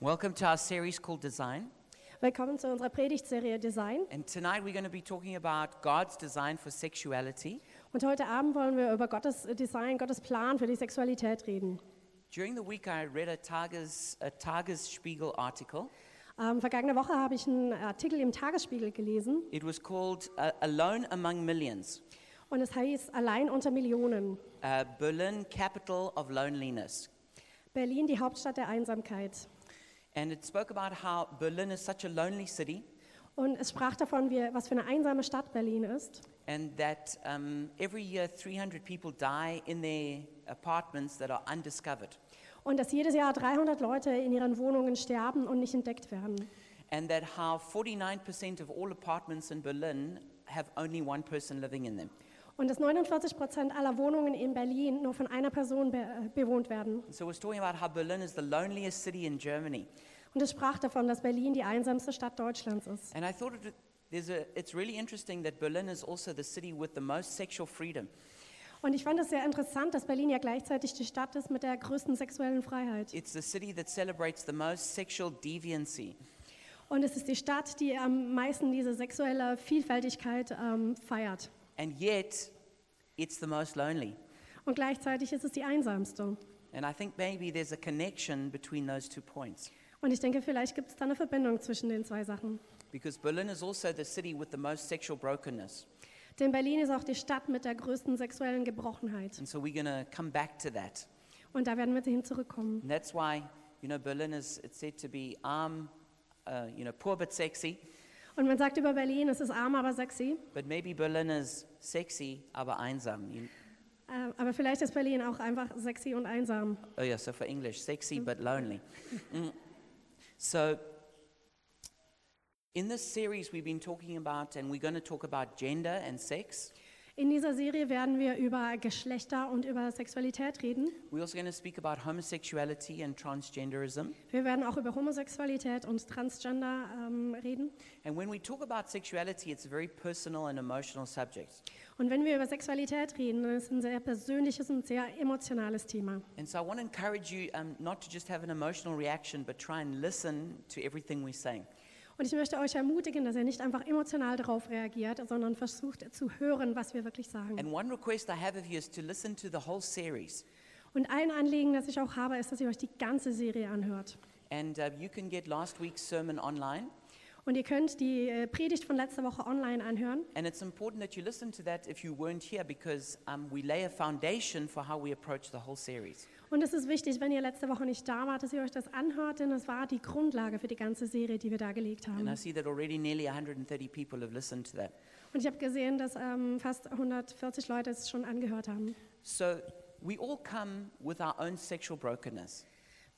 Welcome to our series called Design. Willkommen zu unserer Predigtserie Design. And tonight we're going to be talking about God's design for sexuality. Und heute Abend wollen wir über Gottes Design, Gottes Plan für die Sexualität reden. During the week, I read a Tages, a Tagesspiegel article. Ähm, vergangene Woche habe ich einen Artikel im Tagesspiegel gelesen It was called uh, Alone Among Millions und es heißt Allein unter Millionen. uh, Berlin Capital of Loneliness. Berlin, die Hauptstadt der Einsamkeit. And it spoke about how Berlin is such a lonely city Und es sprach davon, wie, was für eine einsame Stadt Berlin ist and that um, every year 300 people die in their apartments that are undiscovered. und dass jedes Jahr 300 Leute in ihren Wohnungen sterben und nicht entdeckt werden. And that how 49% of all apartments in Berlin have only one person living in them. Und dass 49 Prozent aller Wohnungen in Berlin nur von einer Person be äh, bewohnt werden. So we're talking about how Berlin is the loneliest city in Germany. Und es sprach davon, dass Berlin die einsamste Stadt Deutschlands ist. And I thought it, there's a, it's really interesting that Berlin is also the city with the most sexual freedom. Und ich fand es sehr interessant, dass Berlin ja gleichzeitig die Stadt ist mit der größten sexuellen Freiheit. It's the city that celebrates the most sexual deviancy. Und es ist die Stadt, die am meisten diese sexuelle Vielfältigkeit ähm, feiert. And yet, it's the most lonely. Und gleichzeitig ist es die einsamste. And I think maybe there's a connection between those two points. Und ich denke, vielleicht gibt es da eine Verbindung zwischen den zwei Sachen. Because Berlin is also the city with the most sexual brokenness. Denn Berlin ist auch die Stadt mit der größten sexuellen Gebrochenheit. And so we're going to come back to that. Und da werden wir hin zurückkommen. And that's why, you know, Berlin is it's said to be arm, uh, you know, poor but sexy. Und man sagt über Berlin, es ist arm, aber sexy. But maybe Berlin is sexy, aber einsam. You- Äh, aber vielleicht ist Berlin auch einfach sexy und einsam. oh yeah, so for English, sexy but lonely. Mm. So in this series we've been talking about, and we're going to talk about gender and sex. In dieser Serie werden wir über Geschlechter und über Sexualität reden. We're also going to speak about homosexuality and transgenderism. Wir werden auch über Homosexualität und Transgender ähm, reden. And when we talk about sexuality, it's a very personal and emotional subject. Und wenn wir über Sexualität reden, dann ist es ein sehr persönliches und sehr emotionales Thema. And so I want to encourage you um, not to just have an emotional reaction, but try and listen to everything we're saying. Und ich möchte euch ermutigen, dass ihr nicht einfach emotional darauf reagiert, sondern versucht zu hören, was wir wirklich sagen. And one request I have of you is to listen to the whole series. Und ein Anliegen, das ich auch habe, ist, dass ihr euch die ganze Serie anhört. And uh, you can get last week's sermon online. Und ihr könnt die äh, Predigt von letzter Woche online anhören. And it's important that you listen to that if you weren't here because um, we lay a foundation for how we approach the whole series. Und es ist wichtig, wenn ihr letzte Woche nicht da wart, dass ihr euch das anhört, denn es war die Grundlage für die ganze Serie, die wir da gelegt haben. And I see that already nearly 130 people have listened to that. Und ich habe gesehen, dass ähm, fast 140 Leute es schon angehört haben. So we all come with our own sexual brokenness.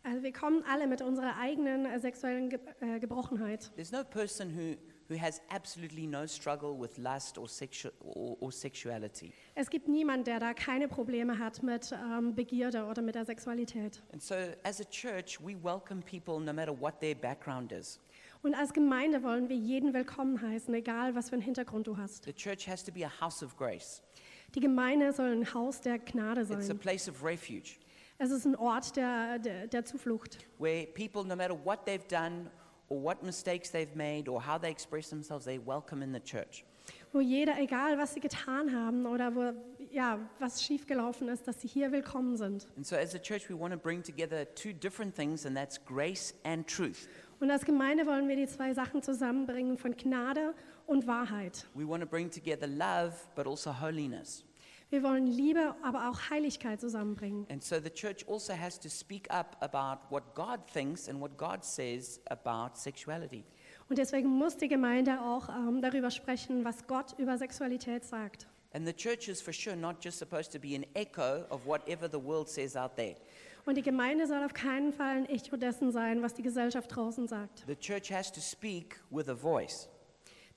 Also wir kommen alle mit unserer eigenen äh, sexuellen Ge äh, Gebrochenheit. There's no person who, who has absolutely no struggle with lust or, sexu- or, or sexuality. Es gibt niemanden, der da keine Probleme hat mit ähm, Begierde oder mit der Sexualität. And so as a church, we welcome people no matter what their background is. Und als Gemeinde wollen wir jeden willkommen heißen, egal was für einen Hintergrund du hast. The church has to be a house of grace. Die Gemeinde soll ein Haus der Gnade It's a sein. place of refuge Es ist ein Ort der, der, der Zuflucht. where people, no matter what they've done or what mistakes they've made or how they express themselves, they're welcome in the church. wo jeder, egal was sie getan haben oder wo, ja, was schiefgelaufen ist, dass sie hier willkommen sind. And so, as a church, we want to bring together two different things, and that's grace and truth. Und als Gemeinde wollen wir die zwei Sachen zusammenbringen von Gnade und Wahrheit. We want to bring together love, but also holiness. Wir wollen Liebe, aber auch Heiligkeit zusammenbringen. And so, the church also has to speak up about what God thinks and what God says about sexuality. Und deswegen muss die Gemeinde auch ähm, darüber sprechen, was Gott über Sexualität sagt. And the church is for sure not just supposed to be an echo of whatever the world says out there. Und die Gemeinde soll auf keinen Fall ein Echo dessen sein, was die Gesellschaft draußen sagt. The church has to speak with a voice.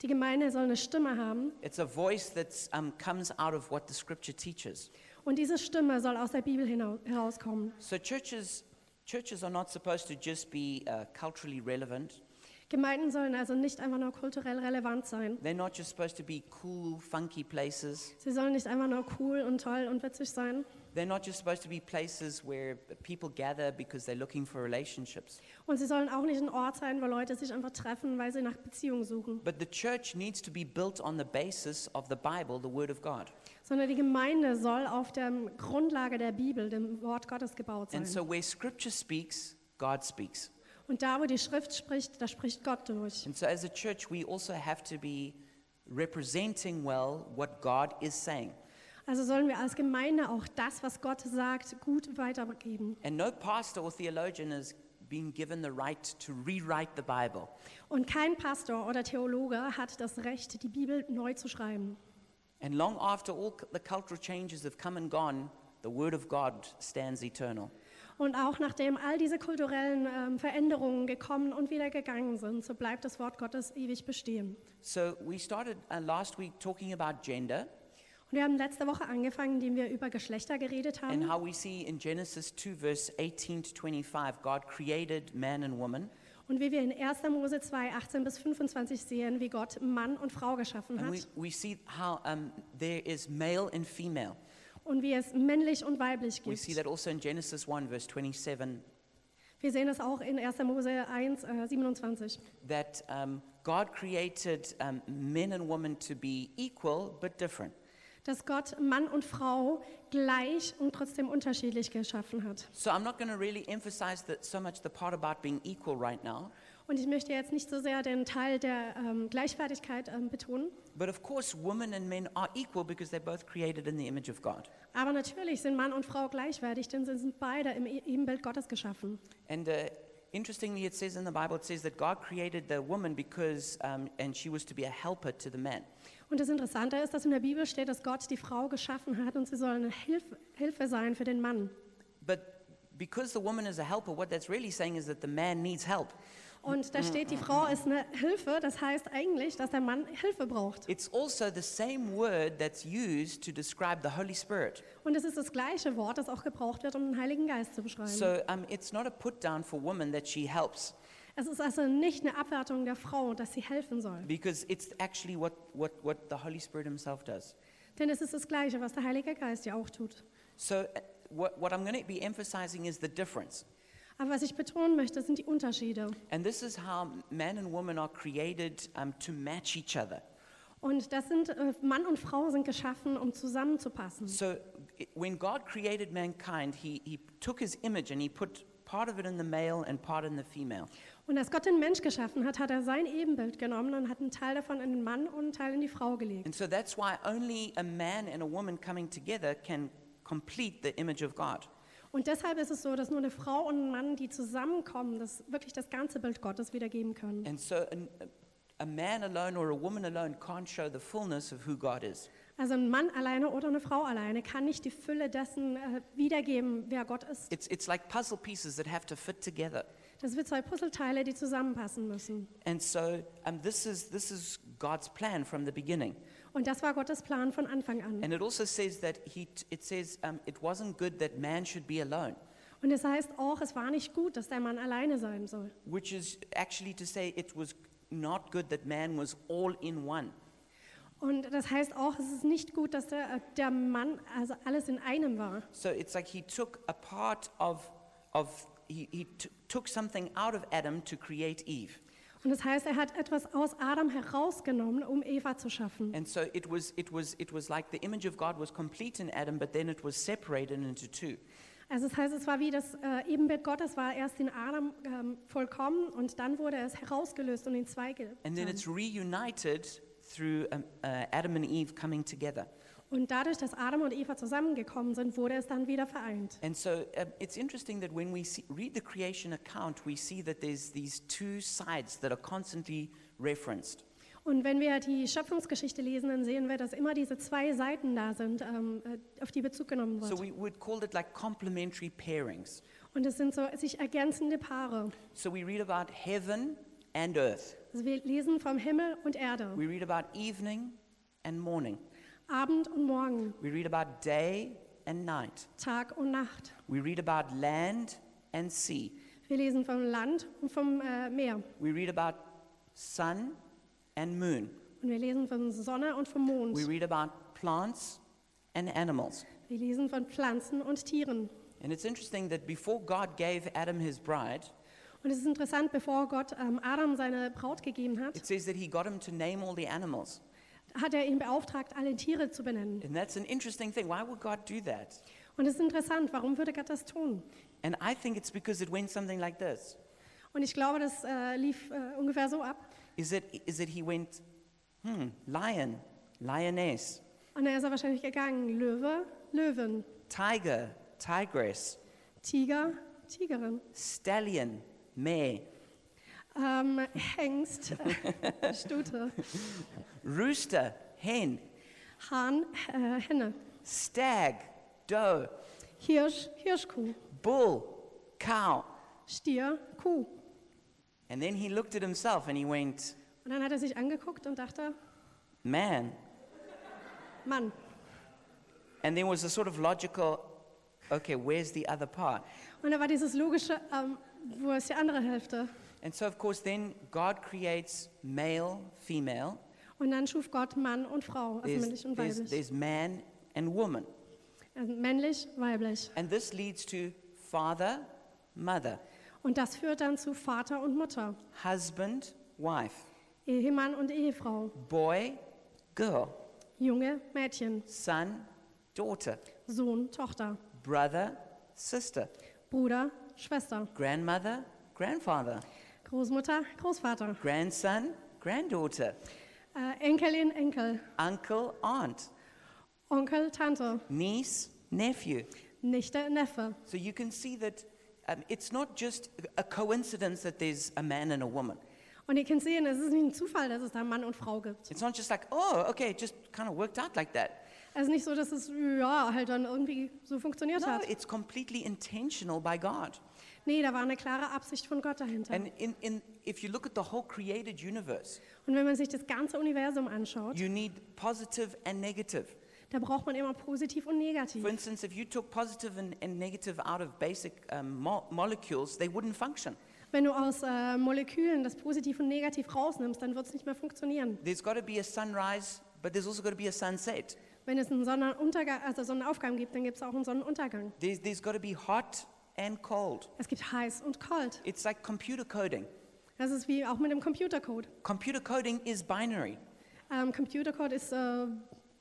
Die Gemeinde soll eine Stimme haben It's a voice that um, comes out of what the scripture teaches. und diese Stimme soll aus der Bibel hinau- herauskommen. So churches, churches are not supposed to just be uh, culturally relevant. Gemeinden sollen also nicht einfach nur kulturell relevant sein. They're not just supposed to be cool, funky places. Sie sollen nicht einfach nur cool und toll und witzig sein. They're not just supposed to be places where people gather because they're looking for relationships. Und sie sollen auch nicht ein Ort sein, wo Leute sich einfach treffen, weil sie nach Beziehungen suchen. But the church needs to be built on the basis of the Bible, the Word of God. Sondern die Gemeinde soll auf der Grundlage der Bibel, dem Wort Gottes, gebaut sein. And so where Scripture speaks, God speaks. Und da, wo die Schrift spricht, da spricht Gott durch. And so as a church, we also have to be representing well what God is saying. Also sollen wir als Gemeinde auch das, was Gott sagt, gut weitergeben. And no pastor or theologian has been given the right to rewrite the Bible. Und kein Pastor oder Theologe hat das Recht, die Bibel neu zu schreiben. And long after all cu- the cultural changes have come and gone, the Word of God stands eternal. Und auch nachdem all diese kulturellen ähm, Veränderungen gekommen und wieder gegangen sind, so bleibt das Wort Gottes ewig bestehen. So we started uh, last week talking about gender Und wir haben letzte Woche angefangen, indem wir über Geschlechter geredet and haben how we see in Genesis 2, verse 18 to 25, God created man and woman. und wie wir in 1. Mose 2, 18 bis 25 sehen, wie Gott Mann und Frau geschaffen And we, hat we see how um, there is male and female. und wie es männlich und weiblich We see gibt. that also in Genesis 1, verse 27, Wir sehen das auch in 1. Mose 1, äh, 27. that um, God created um, men and women to be equal but different. dass Gott Mann und Frau gleich und trotzdem unterschiedlich geschaffen hat. So I'm not going to really emphasize that so much the part about being equal right now. Und ich möchte jetzt nicht so sehr den Teil der ähm, Gleichwertigkeit ähm, betonen, But of course, women and men are equal because they're both created in the image of God. aber natürlich sind Mann und Frau gleichwertig, denn sie sind beide im E- Ebenbild Gottes geschaffen. And uh, interestingly, it says in the Bible, it says that God created the woman because, um, and she was to be a helper to the man. Und das Interessante ist, dass in der Bibel steht, dass Gott die Frau geschaffen hat und sie soll eine Hilfe, Hilfe sein für den Mann. But because the woman is a helper, what that's really saying is that the man needs help. Und da steht, die Frau ist eine Hilfe, das heißt eigentlich, dass der Mann Hilfe braucht. It's also the same word that's used to describe the Holy Spirit. Und es ist das gleiche Wort, das auch gebraucht wird, um den Heiligen Geist zu beschreiben. So um, it's not a put down for woman that she helps, Es ist also nicht eine Abwertung der Frau, dass sie helfen soll. because it's actually what, what, what the Holy Spirit Himself does. Denn es ist das Gleiche, was der Heilige Geist ja auch tut. So uh, what, what I'm going to be emphasizing is the difference. Aber was ich betonen möchte, sind die Unterschiede. And this is how man and woman are created um, to match each other. Und das sind, äh, Mann und Frau sind geschaffen, um zusammenzupassen. So i- when God created mankind, he, he took his image and he put part of it in the male and part in the female. Und als Gott den Mensch geschaffen hat, hat er sein Ebenbild genommen und hat einen Teil davon in den Mann und einen Teil in die Frau gelegt. And so that's why only a man and a woman coming together can complete the image of God. Und deshalb ist es so, dass nur eine Frau und ein Mann, die zusammenkommen, das wirklich das ganze Bild Gottes wiedergeben können. And so an, a man alone or a woman alone can't show the fullness of who God is. Also ein Mann alleine oder eine Frau alleine kann nicht die Fülle dessen äh, wiedergeben, wer Gott ist. It's, it's like puzzle pieces that have to fit together. Das sind zwei Puzzleteile, die zusammenpassen müssen. And so um, this, is, this is God's plan from the beginning. Und das war Gottes Plan von Anfang an. And it also says that he, t- it says um, it wasn't good that man should be alone, Und es heißt auch, es war nicht gut, dass der Mann alleine sein soll. which is actually to say it was not good that man was all in one. Und das heißt auch, es ist nicht gut, dass der, äh, der Mann also alles in einem war. So it's like he took a part of, of he, he t- took something out of Adam to create Eve. Und das heißt, er hat etwas aus Adam herausgenommen, um Eva zu schaffen. And so it was, it was, it was like the image of God was complete in Adam, but then it was separated into two. Also das heißt, es war wie das äh, Ebenbild Gottes war erst in Adam ähm, vollkommen und dann wurde es herausgelöst und in zwei And then geteilt. it's reunited through um, uh, Adam and Eve coming together. Und dadurch, dass Adam und Eva zusammengekommen sind, wurde es dann wieder vereint. And so uh, it's interesting that when we see, read the creation account, we see that there's these two sides that are constantly referenced. Und wenn wir die Schöpfungsgeschichte lesen, dann sehen wir, dass immer diese zwei Seiten da sind, ähm, äh, auf die Bezug genommen So wird. we would call it like complementary pairings. Und es sind so sich ergänzende Paare. So we read about heaven and earth. Also wir lesen vom Himmel und Erde, We read about evening and morning. Abend und Morgen, We read about day and night. Tag und Nacht. We read about land and sea. Wir lesen vom Land und vom äh, Meer. We read about sun and moon. Und wir lesen von Sonne und vom Mond. We read about plants and animals. Wir Wir lesen von Pflanzen und Tieren. And it's interesting that before God gave Adam his bride, Und es ist interessant, bevor Gott ähm, Adam seine Braut gegeben hat, it says that he got him to name all the animals. hat er ihn beauftragt, alle Tiere zu benennen. And that's an interesting thing. Why would God do that? Und es ist interessant, warum würde Gott das tun? And I think it's because it went something like this. Und ich glaube, das äh, lief äh, ungefähr so ab. Is it is it he went, hmm, lion, lioness, Und dann ist er wahrscheinlich gegangen. Löwe, Löwen, tiger, tigress, Tiger, Tigerin, stallion, mare, ähm, Hengst, äh, Stute, rooster, hen, Hahn, äh, Henne, stag, doe, Hirsch, Hirschkuh, bull, cow. Stier, Kuh. And then he looked at himself and he went, Und dann hat er sich angeguckt und dachte, man. Mann. And there was a sort of logical, okay, where's the other part? Und da war dieses logische, ähm, wo ist die andere Hälfte? And so, of course, then God creates male, female. Und dann schuf Gott Mann und Frau, also There's, männlich und there's, weiblich. there's man and woman. Also männlich, weiblich. And this leads to father, mother, Und das führt dann zu Vater und Mutter, husband, wife, Ehemann und Ehefrau, boy, girl, Junge, Mädchen, son, daughter, Sohn, Tochter, brother, sister, Bruder, Schwester, grandmother, grandfather, Großmutter, Großvater, grandson, granddaughter, äh, Enkelin, Enkel, uncle, aunt, Onkel, Tante, niece, nephew. Nichte, Neffe. So you can see that um, it's not just a coincidence that there's a man and a woman. Und ihr könnt sehen, es ist nicht ein Zufall, dass es da Mann und Frau gibt. It's not just like, oh, okay, it just kind of worked out like that. Es ist nicht so, dass es ja, halt dann irgendwie so funktioniert No, hat. it's completely intentional by God. Nee, da war eine klare Absicht von Gott dahinter. And in, in, if you look at the whole created universe, Und wenn man sich das ganze Universum anschaut, you need positive and negative. da braucht man immer positiv und negativ. For instance, if you took positive and, and negative out of basic um, mo- molecules, they wouldn't function. Wenn du aus äh, Molekülen das Positiv und Negativ rausnimmst, dann wird es nicht mehr funktionieren. There's got to be a sunrise, but there's also got to be a sunset. Wenn es einen Sonnenuntergang, also Sonnenaufgang gibt, dann gibt es auch einen Sonnenuntergang. There's, there's got to be hot and cold. Es gibt heiß und kalt. It's like computer coding. Das ist wie auch mit dem Computercode. Computer coding is binary. Ähm, Computercode ist äh,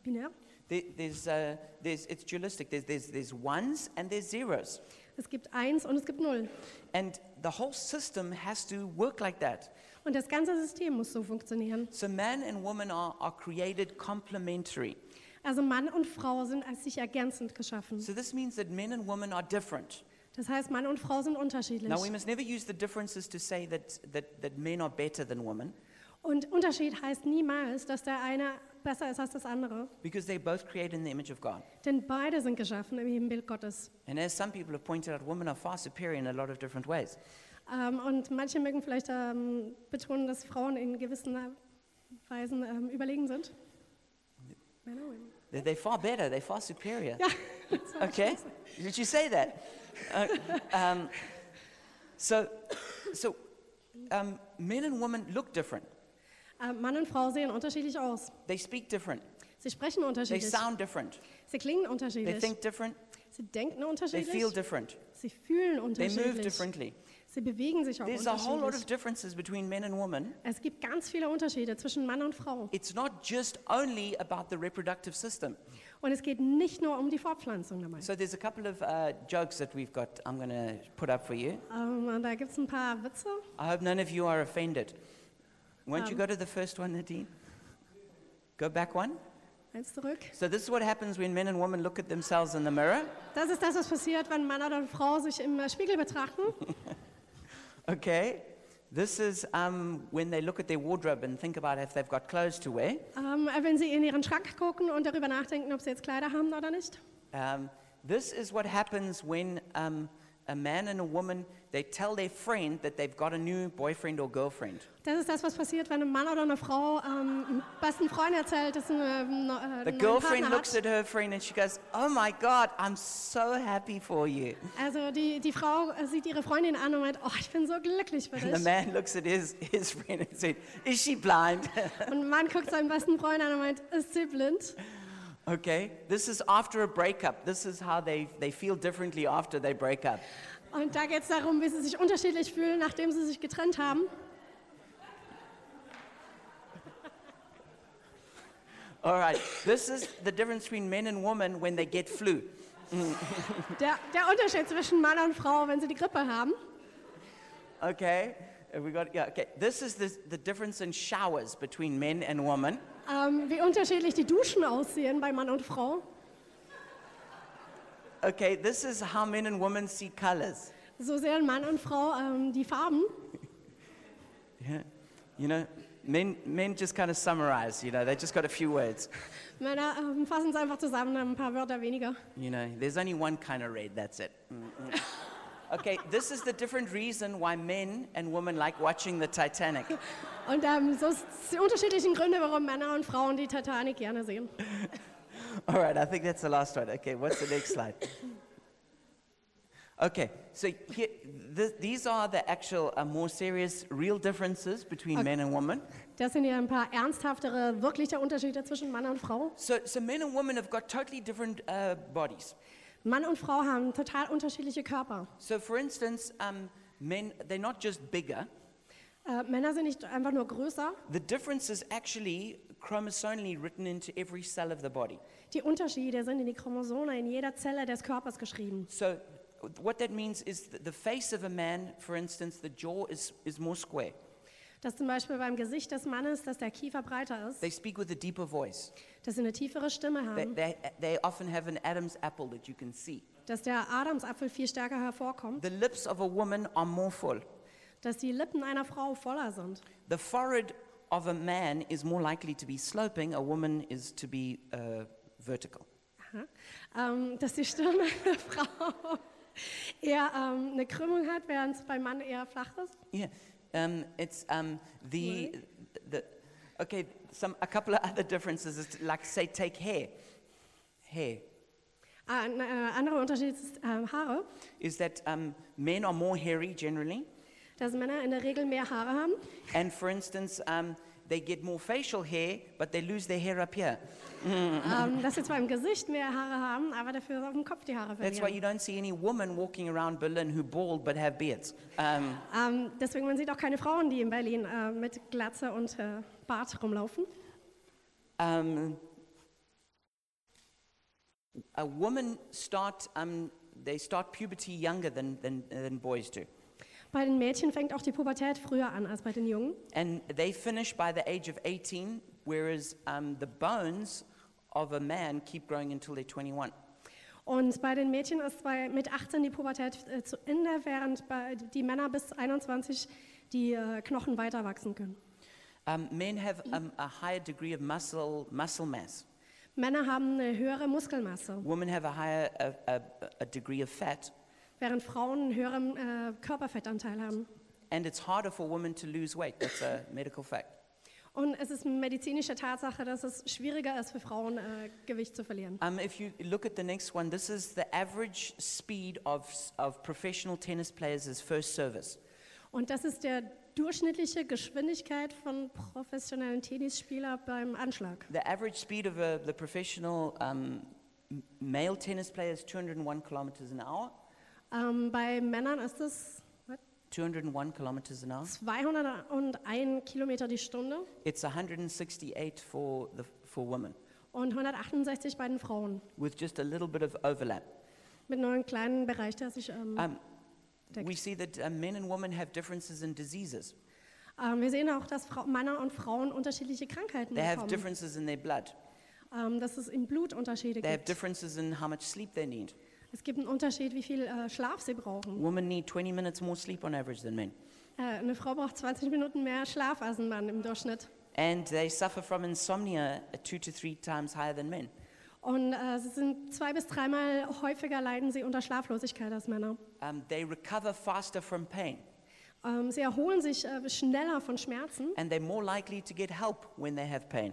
binär. There, there's, uh, there's, it's dualistic. There's, there's, there's ones and there's zeros. Es gibt eins und es gibt null. And the whole system has to work like that. Und das ganze System muss so funktionieren. So man and woman are, are created complementary. Also Mann und Frau sind als sich ergänzend geschaffen. So this means that men and women are different. Das heißt, Mann und Frau sind unterschiedlich. Now, we must never use the differences to say that, that, that men are better than women, Und Unterschied heißt niemals, dass der eine besser ist als das andere. because they're both created in the image of God. Denn beide sind geschaffen im Ebenbild Gottes. And as some people have pointed out, women are far superior in a lot of different ways. Ähm, und manche mögen vielleicht ähm, betonen, dass Frauen in gewissen Weisen ähm, überlegen sind. Männer, Women. They're, they're far better, they're far superior. Ja. Okay? Did you say that? Uh, um, so, so um, men and women look different. Ähm, Mann und Frau sehen unterschiedlich aus. They speak different. Sie sprechen They unterschiedlich. sound different. Sie klingen They unterschiedlich. think different. Sie denken They feel unterschiedlich. different. Sie fühlen They move unterschiedlich. differently. Sie bewegen sich auch There's a whole lot unterschiedlich. of differences between men and women. Es gibt ganz viele Unterschiede zwischen Mann und Frau. It's not just only about the reproductive system. Und es geht nicht nur um die Fortpflanzung dabei. So there's a couple of uh, jokes that we've got. I'm going to put up for you. Ähm, und da gibt es ein paar Witze. I hope none of you are offended. Won't you go to the first one, Nadine? Go back one. Eins zurück. So this is what happens when men and women look at themselves in the mirror. Das ist das, was passiert, wenn Mann oder Frau sich im äh, Spiegel betrachten. Okay. This is um, when they look at their wardrobe and think about if they've got clothes to wear. Ähm, wenn sie in ihren Schrank gucken und darüber nachdenken, ob sie jetzt Kleider haben oder nicht. Um, this is what happens when um, a man and a woman they tell their friend that they've got a new boyfriend or girlfriend. Das ist das, was passiert, wenn ein Mann oder eine Frau ähm, einem besten Freund erzählt, dass sie einen, äh, The einen neuen girlfriend Partner looks at hat. her friend and she goes, "Oh my God, I'm so happy for you." Also die, die Frau äh, sieht ihre Freundin an und meint, oh, ich bin so glücklich für And the dich. man looks at his his friend and said, "Is she blind?" Und ein Mann guckt seinen besten Freund an und meint, ist sie blind? Okay? This is after a breakup. This is how they, they feel differently after they break up. Und da geht es darum, wie sie sich unterschiedlich fühlen, nachdem sie sich getrennt haben. All right. This is the difference between men and women when they get flu. Der, der Unterschied zwischen Mann und Frau, wenn sie die Grippe haben. Okay? Have We got, yeah, okay. This is the, the difference in showers between men and women. Ähm, wie unterschiedlich die Duschen aussehen bei Mann und Frau. Okay, this is how men and women see colors. So sehen Mann und Frau ähm, die Farben. Yeah. You know, men, men just kind of summarize, you know, they just got a few words. Männer ähm, fassen es einfach zusammen, haben ein paar Wörter weniger. You know, there's only one kind of red, that's it. Mm, mm. okay, this is the different reason why men and women like watching the Titanic. Und ähm, so s- die unterschiedlichen Gründe, warum Männer und Frauen die Titanic gerne sehen. All right, I think that's the last one. Okay, what's the next slide? Okay, so here, th- these are the actual uh, more serious, real differences between men and women. Das sind ja ein paar ernsthaftere, wirkliche Unterschiede zwischen Mann und Frau. So, so men and women have got totally different uh, bodies. Mann und Frau haben total unterschiedliche Körper. So, for instance, um, men, they're not just bigger. Äh, Männer sind nicht einfach nur größer. The difference is actually chromosomally written into every cell of the body. Die Unterschiede sind in die Chromosome in jeder Zelle des Körpers geschrieben. So, what that means is that the face of a man, for instance, the jaw is, is more square. Dass zum Beispiel beim Gesicht des Mannes, dass der Kiefer breiter ist, They speak with a deeper voice. dass sie eine tiefere Stimme They, haben, they, they often have an Adam's apple that you can see. dass der Adamsapfel viel stärker hervorkommt, The lips of a woman are more full. dass die Lippen einer Frau voller sind. The forehead of a man is more likely to be sloping, a woman is to be uh, vertical. Aha. Ähm, dass die Stirn einer Frau eher ähm, eine Krümmung hat, während es beim Mann eher flach ist. Yeah, um, it's um, the, the, okay, some, a couple of other differences is like, say, take hair. Hair Ah, Ein äh, anderer Unterschied ist ähm, Haare, is that um, men are more hairy generally, dass Männer in der Regel mehr Haare haben, and for instance, um, they get more facial hair, but they lose their hair up here. ähm, dass sie zwar im Gesicht mehr Haare haben, aber dafür auf dem Kopf die Haare That's why verlieren. you don't see any women walking around Berlin who bald but have beards. Um, Ähm, deswegen man sieht auch keine Frauen, die in Berlin äh, mit Glatze und äh, Bart rumlaufen. um, a woman start um, they start puberty younger than, than, than boys do, Bei den Mädchen fängt auch die Pubertät früher an als bei den Jungen. and they finish by the age of 18, whereas um, the bones of a man keep growing until they're 21. Und bei den Mädchen ist bei, mit 18 die Pubertät äh, zu Ende, während bei, die Männer bis 21 die äh, Knochen weiter wachsen können. Um, men have um, a higher degree of muscle muscle mass. Männer haben eine höhere Muskelmasse, Women have a higher a, a, a degree of fat, während Frauen einen höheren äh, Körperfettanteil haben. and it's harder for women to lose weight. That's a medical fact. Und es ist eine medizinische Tatsache, dass es schwieriger ist für Frauen, äh, Gewicht zu verlieren. Um, if you look at the next one, this is the average speed of, s- of professional tennis players is first service. Und das ist der durchschnittliche Geschwindigkeit von professionellen Tennisspielern beim Anschlag. The average speed of a, the professional um, m- male tennis player is 201 kilometers an hour. Ähm, bei Männern ist es what, 201 kilometers an hour. 201 Kilometer die Stunde It's 168 for, the, for women, und 168 bei den Frauen. with just a little bit of overlap. Mit nur einem kleinen Bereich, der sich. Ähm, Um, Deckt. we see that uh, men and women have differences in diseases. ähm, wir sehen auch, dass Frau, Männer und Frauen unterschiedliche Krankheiten They have bekommen. differences in their blood. Ähm, dass es im Blut Unterschiede They have gibt. differences in how much sleep they need. Es gibt einen Unterschied, wie viel äh, Schlaf sie brauchen. Women need 20 minutes more sleep on average than men. Äh, eine Frau braucht 20 Minuten mehr Schlaf als ein Mann im Durchschnitt. And they suffer from insomnia two to three times higher than men. Und äh, sie sind zwei bis dreimal häufiger leiden sie unter Schlaflosigkeit als Männer. Um, they recover faster from pain, Ähm, sie erholen sich äh, schneller von Schmerzen and they're more likely to get help when they have pain.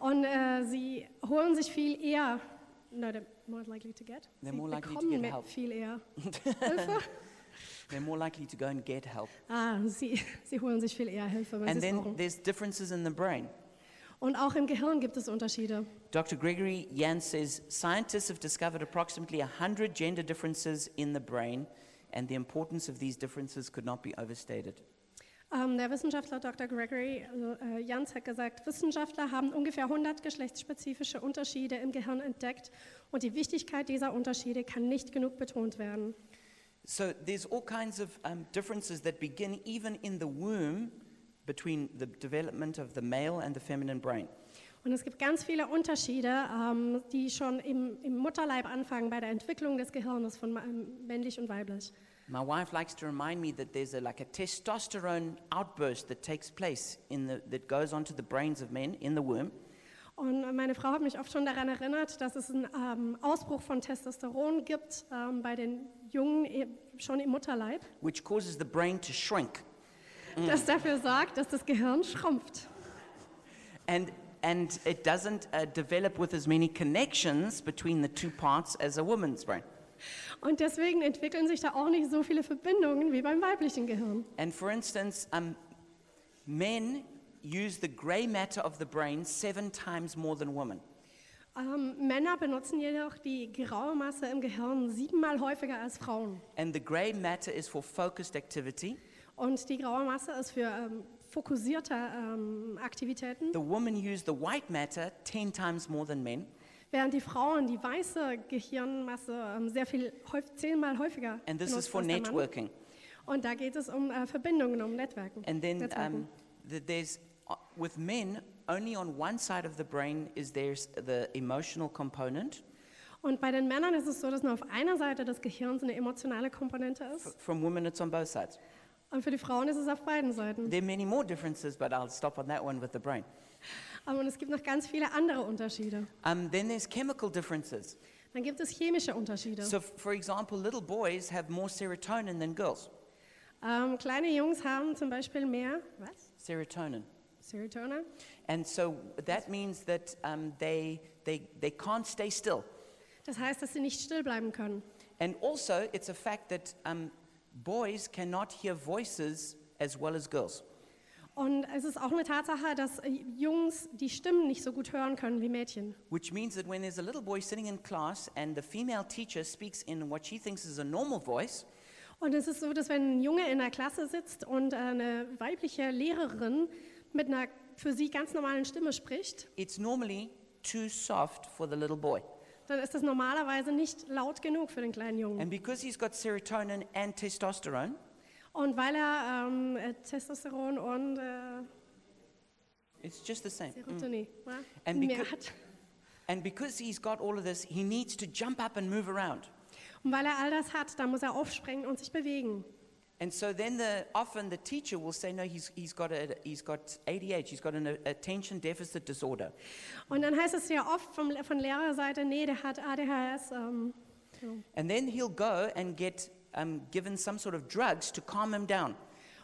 und äh, sie holen sich viel eher. No, they're more likely to get. They're sie more likely to bekommen get mehr- help. viel eher. They're more likely to go and get help. Ah, sie, sie holen sich viel eher Hilfe, wenn And sie es then brauchen. there's differences in the brain. Und auch im Gehirn gibt es Unterschiede. Dr. Gregory Yan says scientists have discovered approximately 100 gender differences in the brain, and the importance of these differences could not be overstated. Ähm, der Wissenschaftler Dr. Gregory also, äh, Jans hat gesagt, Wissenschaftler haben ungefähr 100 geschlechtsspezifische Unterschiede im Gehirn entdeckt und die Wichtigkeit dieser Unterschiede kann nicht genug betont werden. So there's all kinds of um, differences that begin even in the womb between the development of the male and the feminine brain. Und es gibt ganz viele Unterschiede, ähm, die schon im, im Mutterleib anfangen bei der Entwicklung des Gehirnes von ma- ähm, männlich und weiblich. My wife likes to remind me that there's a, like a testosterone outburst that takes place in the, that goes onto the brains of men in the womb. Und meine Frau hat mich oft schon daran erinnert, dass es einen ähm, Ausbruch von Testosteron gibt ähm, bei den Jungen eh- schon im Mutterleib, which causes the brain to shrink. Mm. das dafür sorgt, dass das Gehirn schrumpft. And, and it doesn't uh, develop with as many connections between the two parts as a woman's brain. Und deswegen entwickeln sich da auch nicht so viele Verbindungen wie beim weiblichen Gehirn. And for instance, um, men use the gray matter of the brain seven times more than women. Ähm, Männer benutzen jedoch die graue Masse im Gehirn siebenmal häufiger als Frauen. And the gray matter is for focused activity. Und die graue Masse ist für ähm, fokussierte ähm, Aktivitäten, The women use the white matter 10 times more than men. während die Frauen die weiße Gehirnmasse ähm, sehr viel häuf- zehnmal häufiger And this is benutzt for als der Mann. networking. Und da geht es um äh, Verbindungen, um Netzwerken. And then Netzwerken. um, the, there's, uh, with men, only on one side of the brain is there's the emotional component. und bei den Männern ist es so, dass nur auf einer Seite des Gehirns eine emotionale Komponente ist. From women, it's on both sides. Und für die Frauen ist es auf beiden Seiten. There are many more differences, but I'll stop on that one with the brain. Ähm, Und es gibt noch ganz viele andere Unterschiede. Um, then there's chemical differences. Dann gibt es chemische Unterschiede. So, f- for example, little boys have more serotonin than girls. Ähm, kleine Jungs haben zum Beispiel mehr was? Serotonin. Serotonin. And so that means that um, they, they, they can't stay still. Das heißt, dass sie nicht still bleiben können. And also, it's a fact that um, boys cannot hear voices as well as girls. Und es ist auch eine Tatsache, dass äh, Jungs die Stimmen nicht so gut hören können wie Mädchen. Which means that when there's a little boy sitting in class and the female teacher speaks in what she thinks is a normal voice, Und es ist so, dass wenn ein Junge in der Klasse sitzt und äh, eine weibliche Lehrerin mit einer für sie ganz normalen Stimme spricht, it's normally too soft for the little boy. dann ist das normalerweise nicht laut genug für den kleinen Jungen. And because he's got serotonin and testosterone, Und weil er ähm, äh, Testosteron und äh, it's just the same. Serotonin ja, And mehr becau- hat And because he's got all of this, he needs to jump up and move around. und weil er all das hat, dann muss er aufspringen und sich bewegen. And so then the, often the teacher will say, no, he's, he's, got, a, he's got ADH, he's got an a- attention deficit disorder. Und dann heißt es ja oft vom, von Lehrerseite, nee, der hat ADHS. Ähm, so. And then he'll go and get um, given some sort of drugs to calm him down.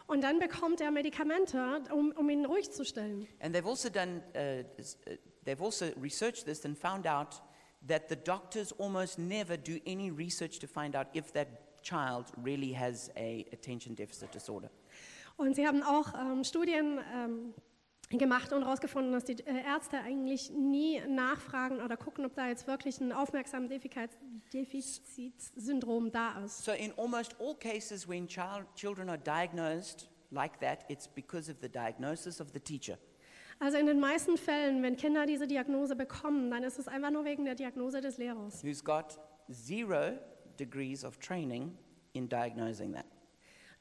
Und dann bekommt er Medikamente, um, um ihn ruhig zu stellen. And they've also done, uh, s- uh, they've also researched this and found out that the doctors almost never do any research to find out if that child really has a attention deficit disorder. Und sie haben auch ähm, Studien ähm, gemacht und herausgefunden, dass die äh, Ärzte eigentlich nie nachfragen oder gucken, ob da jetzt wirklich ein Aufmerksamkeitsdefizitsyndrom da ist. So in almost all cases when child, children are diagnosed like that, it's because of the diagnosis of the teacher. Also in den meisten Fällen, wenn Kinder diese Diagnose bekommen, dann ist es einfach nur wegen der Diagnose des Lehrers. who's got zero degrees of training in diagnosing that.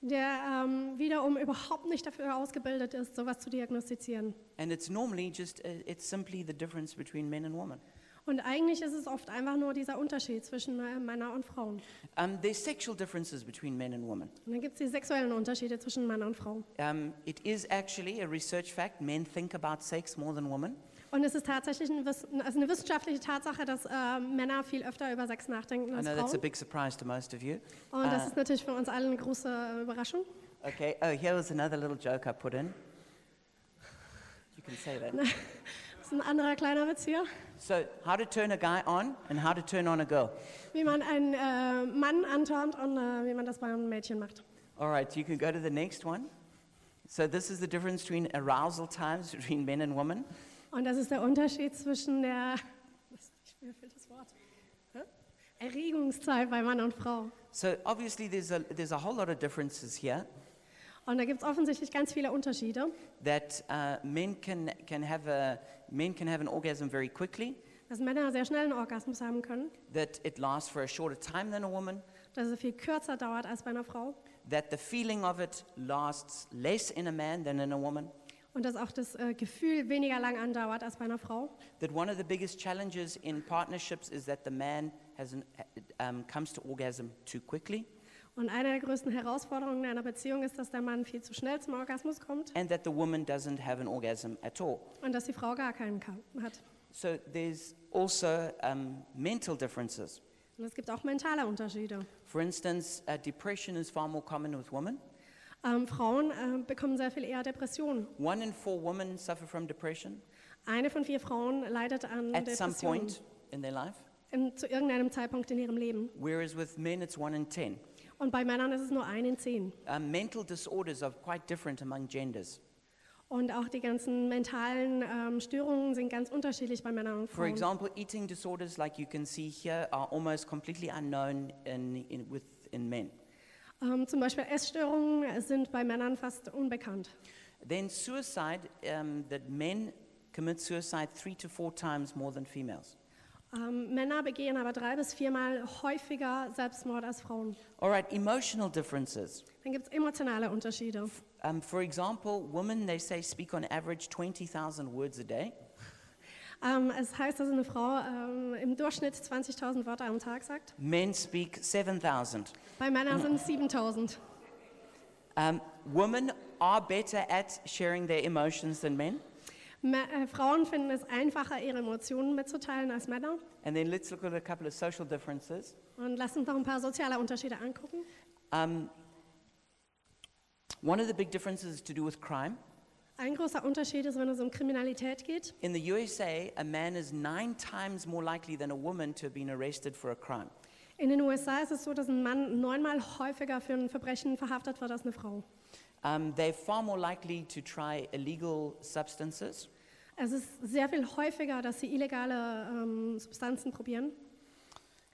Der ähm, wiederum überhaupt nicht dafür ausgebildet ist, sowas zu diagnostizieren. And it's normally just, uh, it's simply the difference between men and women. Und eigentlich ist es oft einfach nur dieser Unterschied zwischen äh, Männern und Frauen. Um, there's sexual differences between men and women. Und dann gibt es die sexuellen Unterschiede zwischen Mann und Frau. Um, it is actually a research fact men think about sex more than women. Und es ist tatsächlich ein Wiss also eine wissenschaftliche Tatsache, dass äh, Männer viel öfter über Sex nachdenken I als know that's a Frauen. big surprise to most of you. Und das Uh, ist natürlich für uns alle eine große Überraschung. okay, oh, here was another little joke I put in. You can say that. Das ist ein anderer kleiner Witz hier. So, how to turn a guy on and how to turn on a girl. Wie man einen äh, Mann antörnt und äh, wie man das bei einem Mädchen macht. All right, you can go to the next one. So, this is the difference between arousal times between men and women. Und das ist der Unterschied zwischen der, ich mir fehlt das Wort, Hä? Erregungszeit bei Mann und Frau. So obviously, there's a, there's a whole lot of differences here Und da gibt es offensichtlich ganz viele Unterschiede. that uh, men, can, can have a, men can have an orgasm very quickly, Dass Männer sehr schnell einen Orgasmus haben können, that it lasts for a shorter time than a woman, dass es viel kürzer dauert als bei einer Frau that the feeling of it lasts less in a man than in a woman, und dass auch das äh, Gefühl weniger lang andauert als bei einer Frau. that one of the biggest challenges in partnerships is that the man has an, um, comes to orgasm too quickly, Und eine der größten Herausforderungen in einer Beziehung ist, dass der Mann viel zu schnell zum Orgasmus kommt and that the woman doesn't have an orgasm at all. und dass die Frau gar keinen kann, hat. So there's also um, mental differences. Und es gibt auch mentale Unterschiede. For instance, uh, depression is far more common with women. Ähm, Frauen äh, bekommen sehr viel eher Depressionen. One in four women suffer from depression Eine von vier Frauen leidet an at some Depressionen point in their life, im, zu irgendeinem Zeitpunkt in ihrem Leben. whereas with men it's one in ten. Und bei Männern ist es nur eine in zehn. Um, mental disorders are quite different among genders. Und auch die ganzen mentalen ähm, Störungen sind ganz unterschiedlich bei Männern und For Frauen. example, eating disorders, like you can see here, are almost completely unknown in, in, with, in men. Ähm, zum Beispiel Essstörungen sind bei Männern fast unbekannt. Then suicide, um, that men commit suicide three to four times more than females. Ähm, Männer begehen aber drei bis viermal häufiger Selbstmord als Frauen. All right, emotional differences. Dann gibt es emotionale Unterschiede. Um, for example, women, they say, speak on average 20,000 words a day, Ähm, es heißt, dass eine Frau ähm, im Durchschnitt 20.000 Wörter am Tag sagt. men speak 7,000. Bei Männern sind es 7.000. Um, women are better at sharing their emotions than men. Mä- äh, Frauen finden es einfacher, ihre Emotionen mitzuteilen als Männer. And then let's look at a couple of social differences. Und lass uns noch ein paar soziale Unterschiede angucken. Um, one of the big differences is to do with crime. Ein großer Unterschied ist, wenn es um Kriminalität geht. In the USA, a man is nine times more likely than a woman to have been arrested for a crime. In den USA ist es so, dass ein Mann neunmal häufiger für ein Verbrechen verhaftet wird als eine Frau. Um, they're far more likely to try illegal substances. Es ist sehr viel häufiger, dass sie illegale ähm, Substanzen probieren.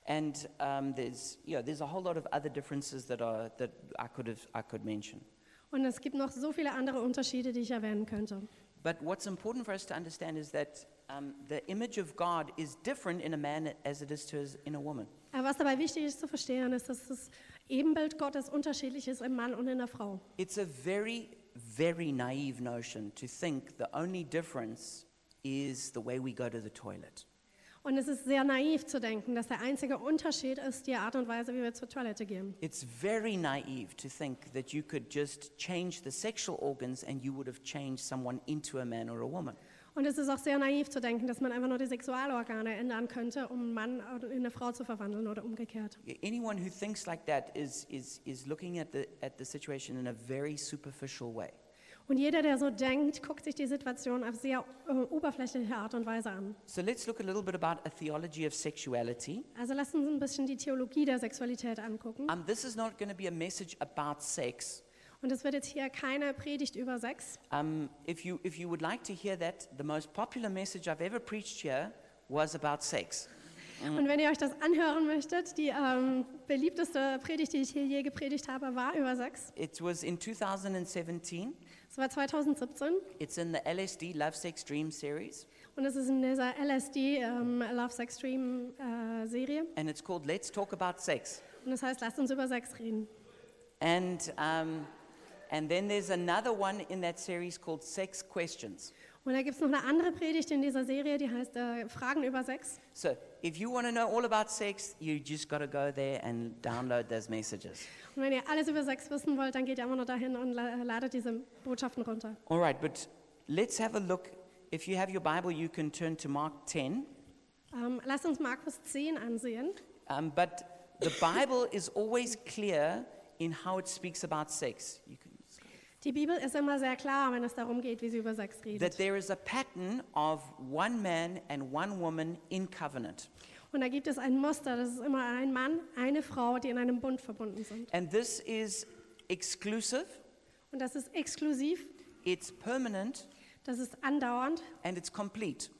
And um, there's, you know, there's a whole lot of other differences that, are, that I, could have, I could mention. Und es gibt noch so viele andere Unterschiede, die ich erwähnen könnte. But what's important for us to understand is that um, the image of God is different in a man as it is to his, in a woman. Aber was dabei wichtig ist zu verstehen, ist, dass das Ebenbild Gottes unterschiedlich ist im Mann und in der Frau. It's a very, very naive notion to think the only difference is the way we go to the toilet. Und es ist sehr naiv zu denken, dass der einzige Unterschied ist die Art und Weise, wie wir zur Toilette gehen. It's very naive to think that you could just change the sexual organs and you would have changed someone into a man or a woman. Und es ist auch sehr naiv zu denken, dass man einfach nur die Sexualorgane ändern könnte, um einen Mann in eine Frau zu verwandeln oder umgekehrt. Anyone who thinks like that is, is, is looking at the, at the situation in a very superficial way. Und jeder, der so denkt, guckt sich die Situation auf sehr äh, oberflächliche Art und Weise an. So let's look a little bit about a theology of sexuality. Also lasst uns ein bisschen die Theologie der Sexualität angucken. Um, this is not going to be a message about sex. Und es wird jetzt hier keine Predigt über Sex. Um, if, you, if you would like to hear that, the most popular message I've ever preached here was about sex. Und wenn ihr euch das anhören möchtet, die ähm, beliebteste Predigt, die ich hier je gepredigt habe, war über Sex. It was in 2017. Es war 2017 It's in the LSD Love Sex Dream series, und es ist in dieser LSD ähm, Love Sex Dream äh, Serie. and it's called Let's Talk About Sex. Und das heißt, lasst uns über Sex reden. And, um, and then there's another one in that series called Sex Questions. Und da gibt es noch eine andere Predigt in dieser Serie, die heißt äh, Fragen über Sex. So if you want to know all about sex, you just got to go there and download those messages. Und wenn ihr alles über Sex wissen wollt, dann geht ihr immer nur dahin und la- ladet diese Botschaften runter. All right, but let's have a look. If you have your Bible, you can turn to Mark 10. Ähm, lasst uns Markus 10 ansehen. Um, but the Bible is always clear in how it speaks about sex. You can, Die Bibel ist immer sehr klar, wenn es darum geht, wie sie über Sex redet. that there is a pattern of one man and one woman in covenant. Und da gibt es ein Muster, das ist immer ein Mann, eine Frau, die in einem Bund verbunden sind. And this is exclusive, Und das ist exklusiv, it's permanent, Das ist andauernd and it's complete,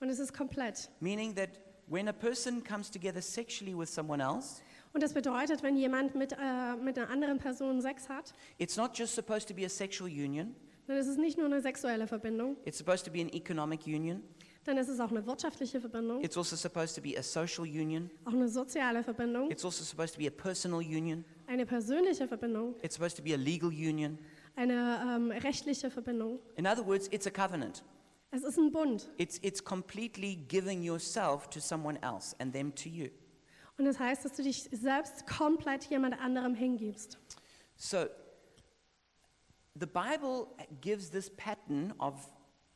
und es ist komplett. meaning that when a person comes together sexually with someone else, Und das bedeutet, wenn jemand mit, äh, mit einer anderen Person Sex hat, it's not just supposed to be a sexual union, dann ist es nicht nur eine sexuelle Verbindung, it's supposed to be an economic union, dann ist es auch eine wirtschaftliche Verbindung, it's also supposed to be a social union, auch eine soziale Verbindung, it's also supposed to be a personal union, eine persönliche Verbindung, it's supposed to be a legal union. eine ähm, rechtliche Verbindung. In other words, it's a covenant. Es ist ein Bund. It's, it's completely giving yourself to someone else and them to you. Und das heißt, dass du dich selbst komplett jemand anderem hingibst. So the Bible gives this pattern of,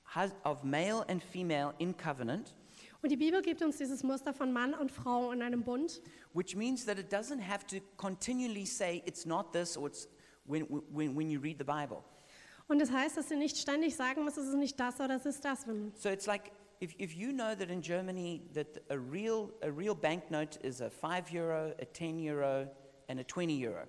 hus- of male and female in covenant, Und die Bibel gibt uns dieses Muster von Mann und Frau in einem Bund. which means that it doesn't have to continually say it's not this or it's when, when, when you read the Bible. Und das heißt, dass du nicht ständig sagen musst, es ist nicht das oder es ist das. Wenn- So it's like if, if you know that in Germany that a real, a real banknote is a 5 euro, a 10 euro, and a 20 euro.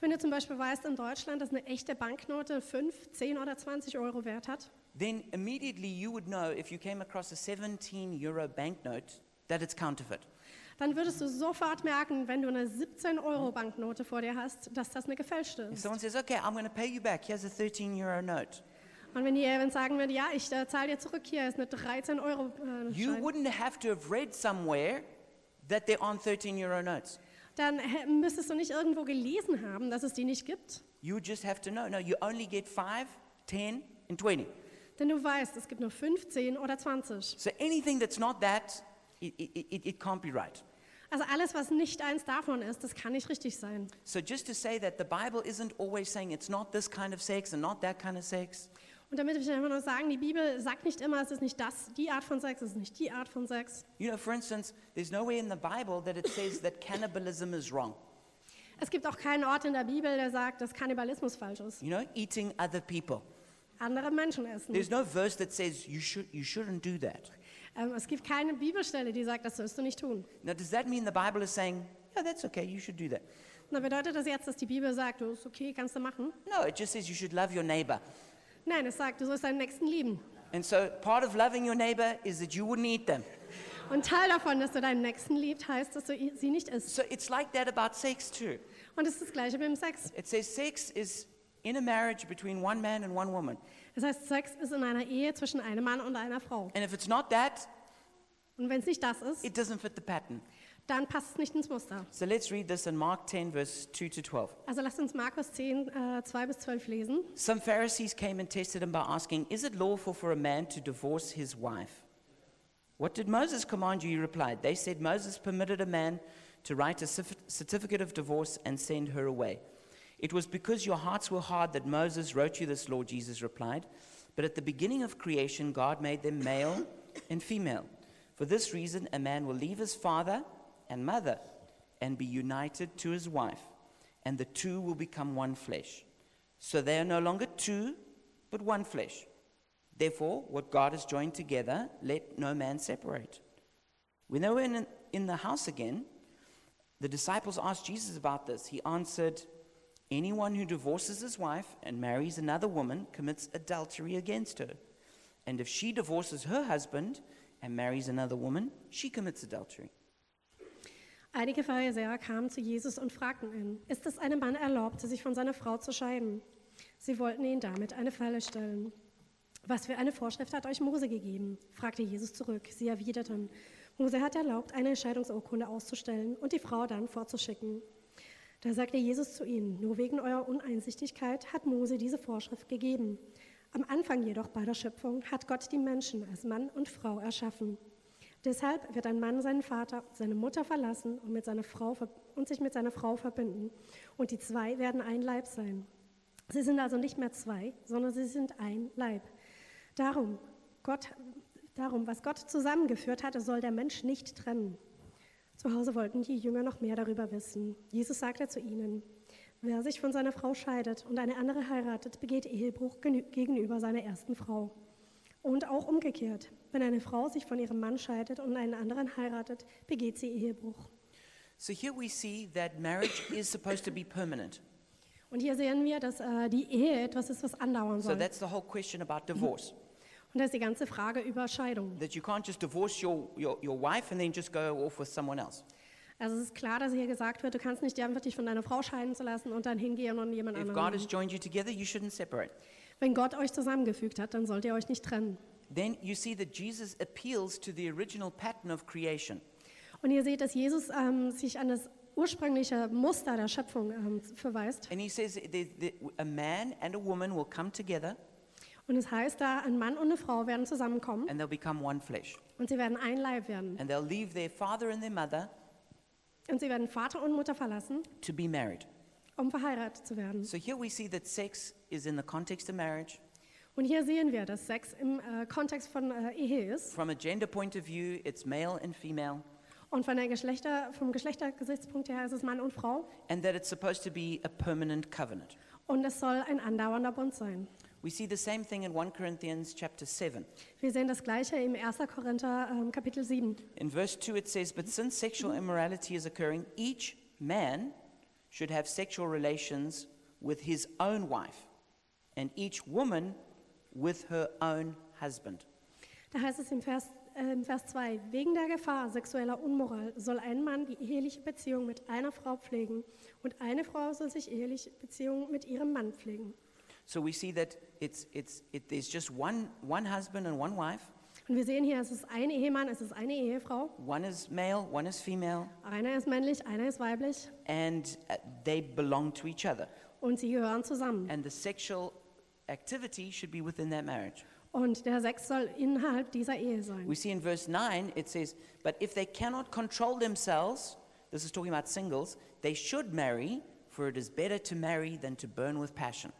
Wenn du zum Beispiel weißt in Deutschland, dass eine echte Banknote 5, 10 oder 20 Euro wert hat, then immediately you would know if you came across a 17 euro banknote that it's counterfeit. dann würdest du sofort merken, wenn du eine 17 Euro Banknote vor dir hast, dass das eine gefälschte If ist. someone says, okay, I'm going to pay you back, here's a 13 euro note, Und wenn die jemand sagen würde, ja, ich äh, zahle dir zurück, hier ist eine 13 Euro äh, you Schein, wouldn't have to have read somewhere that there aren't 13 euro notes. dann hä- müsstest du nicht irgendwo gelesen haben, dass es die nicht gibt. You would just have to know. No, you only get 5, 10, and 20. Denn du weißt, es gibt nur 15 oder 20. So anything that's not that, it, it, it, it can't be right. Also alles, was nicht eins davon ist, das kann nicht richtig sein. So just to say that the Bible isn't always saying it's not this kind of sex and not that kind of sex, Und damit will ich einfach nur sagen, die Bibel sagt nicht immer, es ist nicht das, die Art von Sex, es ist nicht die Art von Sex. You know, for instance, there's nowhere in the Bible that it says that cannibalism is wrong. Es gibt auch keinen Ort in der Bibel, der sagt, dass Kannibalismus falsch ist. You know, eating other people. Andere Menschen essen. There's no verse that says you, should, you shouldn't do that. Ähm, es gibt keine Bibelstelle, die sagt, das sollst du nicht tun. Now, does that mean the Bible is saying, yeah, that's okay, you should do that? Na, bedeutet das jetzt, dass die Bibel sagt, du ist okay, kannst du machen? No, it just says you should love your neighbor. Nein, es sagt, du sollst deinen Nächsten lieben. And so part of loving your neighbor is that you wouldn't eat them. Und Teil davon, dass du deinen Nächsten liebst, heißt, dass du i- sie nicht isst. So it's like that about sex, too. Und es ist das Gleiche beim Sex. It says sex is in a marriage between one man and one woman. Das heißt, Sex ist in einer Ehe zwischen einem Mann und einer Frau. And if it's not that, Und wenn es nicht das ist, it doesn't fit the pattern. dann passt es nicht ins Muster. So let's read this in Mark 10, verse 2 to 12. Also lasst uns Markus 10, äh, 2 bis 12 lesen. Some Pharisees came and tested him by asking, Is it lawful for a man to divorce his wife? What did Moses command you? He replied, They said Moses permitted a man to write a certif- certificate of divorce and send her away. It was because your hearts were hard that Moses wrote you this law, Jesus replied. But at the beginning of creation, God made them male and female. For this reason, a man will leave his father and mother and be united to his wife, and the two will become one flesh. So they are no longer two, but one flesh. Therefore, what God has joined together, let no man separate. When they were in, in the house again, the disciples asked Jesus about this. He answered, Anyone who divorces his wife and marries another woman commits adultery against her. And if she divorces her husband and marries another woman, she commits adultery. Einige Pharisäer kamen zu Jesus und fragten ihn, ist es einem Mann erlaubt, sich von seiner Frau zu scheiden? Sie wollten ihn damit eine Falle stellen. Was für eine Vorschrift hat euch Mose gegeben? fragte Jesus zurück. Sie erwiderten, Mose hat erlaubt, eine Scheidungsurkunde auszustellen und die Frau dann vorzuschicken. Da sagte Jesus zu ihnen, nur wegen eurer Uneinsichtigkeit hat Mose diese Vorschrift gegeben. Am Anfang jedoch bei der Schöpfung hat Gott die Menschen als Mann und Frau erschaffen. Deshalb wird ein Mann seinen Vater und seine Mutter verlassen und, mit seiner Frau ver- und sich mit seiner Frau verbinden. Und die zwei werden ein Leib sein. Sie sind also nicht mehr zwei, sondern sie sind ein Leib. Darum, Gott, darum, was Gott zusammengeführt hatte, soll der Mensch nicht trennen. Zu Hause wollten die Jünger noch mehr darüber wissen. Jesus sagte zu ihnen, wer sich von seiner Frau scheidet und eine andere heiratet, begeht Ehebruch genü- gegenüber seiner ersten Frau. Und auch umgekehrt, wenn eine Frau sich von ihrem Mann scheidet und einen anderen heiratet, begeht sie Ehebruch. So here we see that marriage is supposed to be permanent. Und hier sehen wir, dass äh, die Ehe etwas ist, was andauern So soll. that's the whole question about divorce. Und da ist die ganze Frage über Scheidung. That you can't just divorce your, your, your wife and then just go off with someone else. Also es ist klar, dass hier gesagt wird, du kannst nicht die Antwort, dich von deiner Frau scheiden zu lassen und dann hingehen und jemand If God has anderen. joined you together, you shouldn't separate. Wenn Gott euch zusammengefügt hat, dann sollt ihr euch nicht trennen. Then you see that Jesus appeals to the original pattern of creation. Und ihr seht, dass Jesus ähm, sich an das ursprüngliche Muster der Schöpfung ähm, verweist. And he says the, the, a man and a woman will come together Und es heißt da, ein Mann und eine Frau werden zusammenkommen and they'll become one flesh. und sie werden ein Leib werden. And they'll leave their father and their mother Und sie werden Vater und Mutter verlassen, to be married. um verheiratet zu werden. So here we see that sex is in the context of marriage. Und hier sehen wir, dass Sex im äh, Kontext von äh, Ehe ist From a gender point of view, it's male and female, und von der Geschlechter, vom Geschlechtergesichtspunkt her ist es Mann und Frau and that it's supposed to be a permanent covenant. und es soll ein andauernder Bund sein. We see the same thing in 1 Corinthians chapter 7. Wir sehen das Gleiche im 1. Korinther ähm, Kapitel 7. In verse 2 it says, "But since sexual immorality is occurring, each man should have sexual relations with his own wife, and each woman with her own husband." Da heißt es im Vers, äh, im Vers 2, wegen der Gefahr sexueller Unmoral soll ein Mann die eheliche Beziehung mit einer Frau pflegen und eine Frau soll sich eheliche Beziehung mit ihrem Mann pflegen. So we see that it's, it's, it, there's just one, one husband and one wife. Und wir sehen hier, es ist ein Ehemann, es ist eine Ehefrau. One is male, one is female, Einer ist männlich, einer ist weiblich and uh, they belong to each other. und sie gehören zusammen. And the sexual activity should be within that marriage. Und der Sex soll innerhalb dieser Ehe sein. We see in verse 9, it says, But if they cannot control themselves, this is talking about singles, they should marry, for it is better to marry than to burn with passion.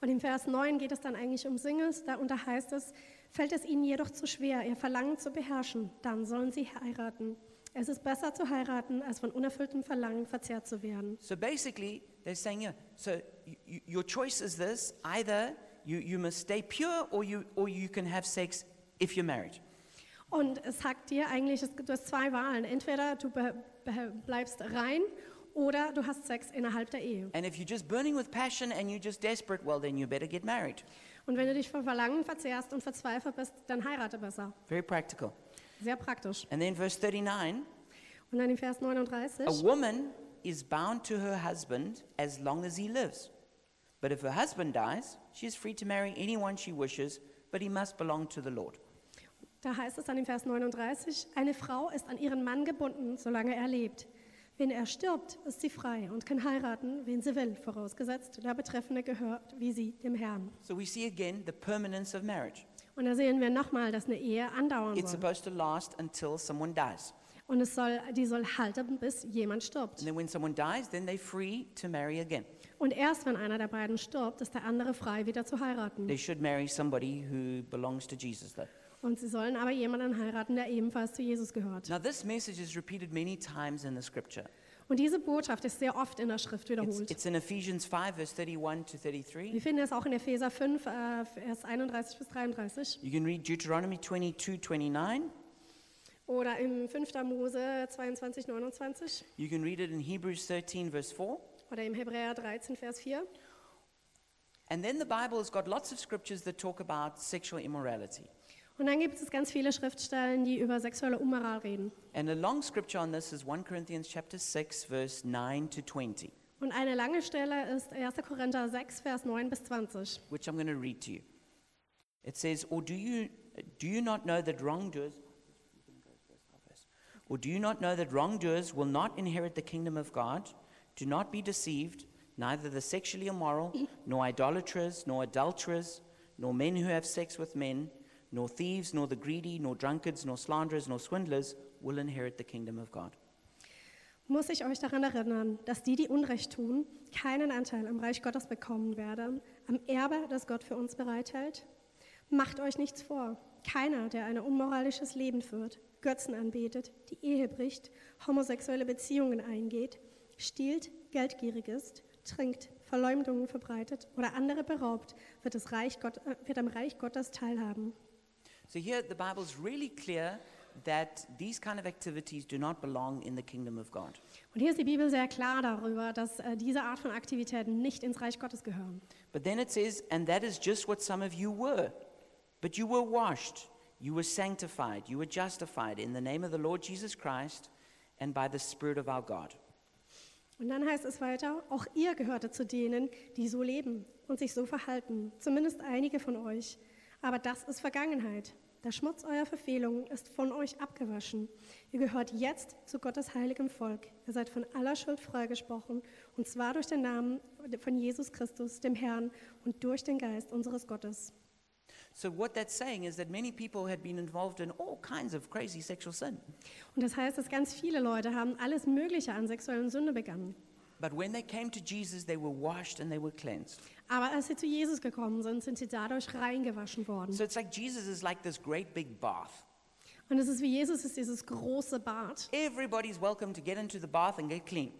Und im Vers 9 geht es dann eigentlich um Singles, da unter heißt es, fällt es ihnen jedoch zu schwer, ihr Verlangen zu beherrschen, dann sollen sie heiraten. Es ist besser zu heiraten, als von unerfülltem Verlangen verzehrt zu werden. So basically, they're saying, yeah, so y- y- your choice is this either you, you must stay pure or you, or you can have sex if you're married. Und es sagt dir eigentlich, es gibt, du hast zwei Wahlen. Entweder du be be bleibst rein oder du hast Sex innerhalb der Ehe. And if you're just burning with passion and you're just desperate, well, then you better get married. Und wenn du dich vor Verlangen verzehrst und verzweifelt bist, dann heirate besser. Very practical. Sehr praktisch. And then verse 39 Und dann im Vers A 39. woman is bound to her husband as long as he lives. But if her husband dies, she is free to marry anyone she wishes, but he must belong to the Lord. Da heißt es dann im Vers 39, eine Frau ist an ihren Mann gebunden, solange er lebt. Wenn er stirbt, ist sie frei und kann heiraten, wen sie will, vorausgesetzt, der Betreffende gehört wie sie dem Herrn. So we see again the permanence of marriage. Und da sehen wir nochmal, dass eine Ehe andauern It's soll. supposed to last until someone dies. Und es soll, die soll halten, bis jemand stirbt. And then when someone dies, then they're free to marry again. Und erst wenn einer der beiden stirbt, ist der andere frei, wieder zu heiraten. They should marry somebody who belongs to Jesus, though. Und sie sollen aber jemanden heiraten, der ebenfalls zu Jesus gehört. Now, this message is repeated many times in the scripture. Und diese Botschaft ist sehr oft in der It's, Schrift wiederholt. it's in Ephesians 5, verse 31 to 33. Wir finden es auch in Epheser 5, äh, Vers 31 bis 33 You can read Deuteronomy 22, 29. oder im 5. Mose 22, 29 You can read it in Hebrews 13, verse 4. oder im Hebräer 13, Vers 4. And then the Bible has got lots of scriptures that talk about sexual immorality. Und dann gibt es ganz viele Schriftstellen, die über sexuelle Unmoral reden. And a long scripture on this is 1 Corinthians chapter 6, verse 9 to 20, Und eine lange Stelle ist 1. Korinther 6, Vers 9 bis 20. which I'm going to read to you. It says, Or do you, do you not know that wrongdoers or do you not know that wrongdoers will not inherit the kingdom of God? Do not be deceived, neither the sexually immoral, nor idolaters, nor adulterers, nor men who have sex with men, nor thieves, nor the greedy, nor drunkards, nor slanderers, nor swindlers will inherit the kingdom of God. Muss ich euch daran erinnern, dass die, die Unrecht tun, keinen Anteil am Reich Gottes bekommen werden, am Erbe, das Gott für uns bereithält? Macht euch nichts vor. Keiner, der ein unmoralisches Leben führt, Götzen anbetet, die Ehe bricht, homosexuelle Beziehungen eingeht, stiehlt, geldgierig ist, trinkt, Verleumdungen verbreitet oder andere beraubt, wird, das Reich Gott, äh, wird am Reich Gottes teilhaben. So here the Bible's really clear that these kind of activities do not belong in the kingdom of God. Und hier ist die Bibel sehr klar darüber, dass äh, diese Art von Aktivitäten nicht ins Reich Gottes gehören. But then it says, and that is just what some of you were But you were washed, you were sanctified, you were justified in the name of the Lord Jesus Christ and by the Spirit of our God. Und dann heißt es weiter, auch ihr gehörte zu denen, die so leben und sich so verhalten, zumindest einige von euch. Aber das ist Vergangenheit. Der Schmutz eurer Verfehlungen ist von euch abgewaschen. Ihr gehört jetzt zu Gottes heiligem Volk. Ihr seid von aller Schuld freigesprochen, und zwar durch den Namen von Jesus Christus, dem Herrn, und durch den Geist unseres Gottes. So, what that's saying is that many people had been involved in all kinds of crazy sexual sin. Und das heißt, dass ganz viele Leute haben alles Mögliche an sexuellen Sünde begangen. But when they came to Jesus, they were washed and they were cleansed. Aber als sie zu Jesus gekommen sind, sind sie dadurch reingewaschen worden. So, it's like Jesus is like this great big bath. Und es ist wie Jesus ist dieses große Bad. Everybody's welcome to get into the bath and get clean.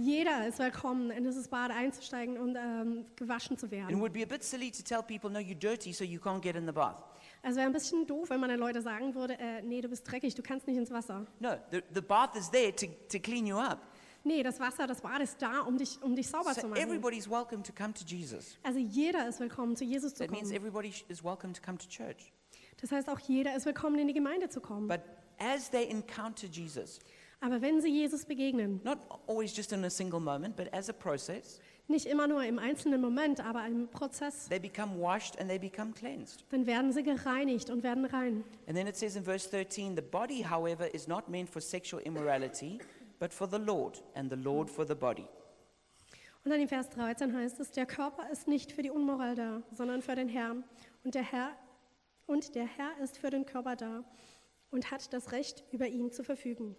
Jeder ist willkommen, in dieses Bad einzusteigen und ähm, gewaschen zu And it werden. would be a bit silly to tell people, no, you're dirty, so you can't get in the bath. Es Also wäre ein bisschen doof, wenn man den Leuten sagen würde, äh, nee, du bist dreckig, du kannst nicht ins Wasser. No, the, the bath is there to, to clean you up. Nee, das Wasser, das Bad ist da, um dich, um dich sauber zu So, machen. everybody's welcome to come to Jesus. Also jeder ist willkommen, zu Jesus zu That means kommen. everybody sh- is welcome to come to church. Das heißt, auch jeder ist willkommen, in die Gemeinde zu kommen. But as they encounter Jesus, Aber wenn sie Jesus begegnen, not always just in a single moment, but as a process, nicht immer nur im einzelnen Moment, aber im Prozess, they become washed and they become cleansed. dann werden sie gereinigt und werden rein. And then it says in verse 13, the body, however, is not meant for sexual immorality, but for the Lord, and the Lord for the body. Und dann im Vers 13 heißt es, der Körper ist nicht für die Unmoral da, sondern für den Herrn. Und der Herr, und der Herr ist für den Körper da und hat das Recht, über ihn zu verfügen.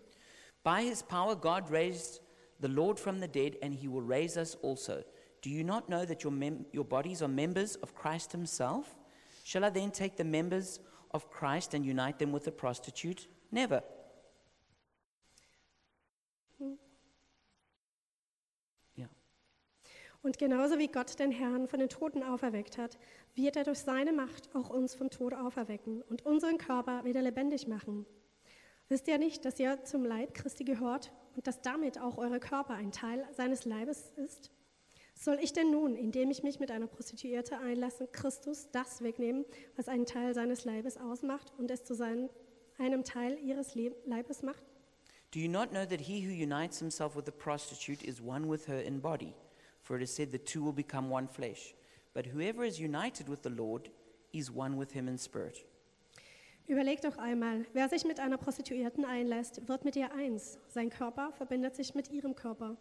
By his power, God raised the Lord from the dead, and he will raise us also. Do you not know that your, mem- your bodies are members of Christ himself? Shall I then take the members of Christ and unite them with a prostitute? Never. Yeah. Und genauso wie Gott den Herrn von den Toten auferweckt hat, wird er durch seine Macht auch uns vom Tod auferwecken und unseren Körper wieder lebendig machen. Wisst ihr nicht, dass ihr zum Leib Christi gehört und dass damit auch eure Körper ein Teil seines Leibes ist? Soll ich denn nun, indem ich mich mit einer Prostituierte einlasse, Christus das wegnehmen, was einen Teil seines Leibes ausmacht und es zu seinem, einem Teil ihres Le- Leibes macht? Do you not know that he who unites himself with a prostitute is one with her in body? For it is said, the two will become one flesh. But whoever is united with the Lord is one with him in spirit. Überlegt doch einmal, wer sich mit einer Prostituierten einlässt, wird mit ihr eins. Sein Körper verbindet sich mit ihrem Körper.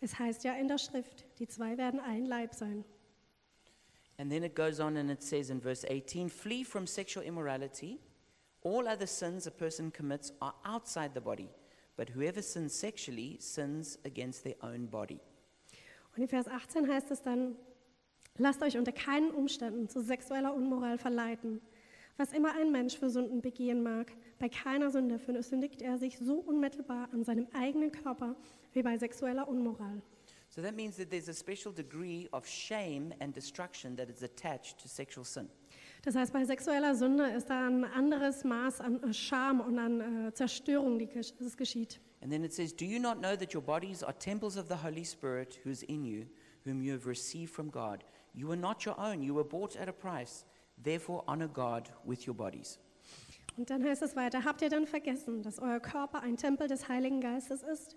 Es heißt ja in der Schrift, die zwei werden ein Leib sein. And then it goes on and it says in verse 18 flee from sexual immorality. All other sins a person commits are outside the body, but whoever sins sexually sins against their own body. Und in Vers 18 heißt es dann, lasst euch unter keinen Umständen zu sexueller Unmoral verleiten. Was immer ein Mensch für Sünden begehen mag, bei keiner Sünde versündigt er sich so unmittelbar an seinem eigenen Körper wie bei sexueller Unmoral. So that means that there's a special degree of shame and destruction that is attached to sexual sin. Das heißt, bei sexueller Sünde ist da ein anderes Maß an äh, Scham und an äh, Zerstörung, die gesch- es geschieht. And then it says, Do you not know that your bodies are temples of the Holy Spirit who is in you, whom you have received from God? You were not your own, you were bought at a price. Therefore, honor God with your bodies. Und dann heißt es weiter, habt ihr denn vergessen, dass euer Körper ein Tempel des Heiligen Geistes ist?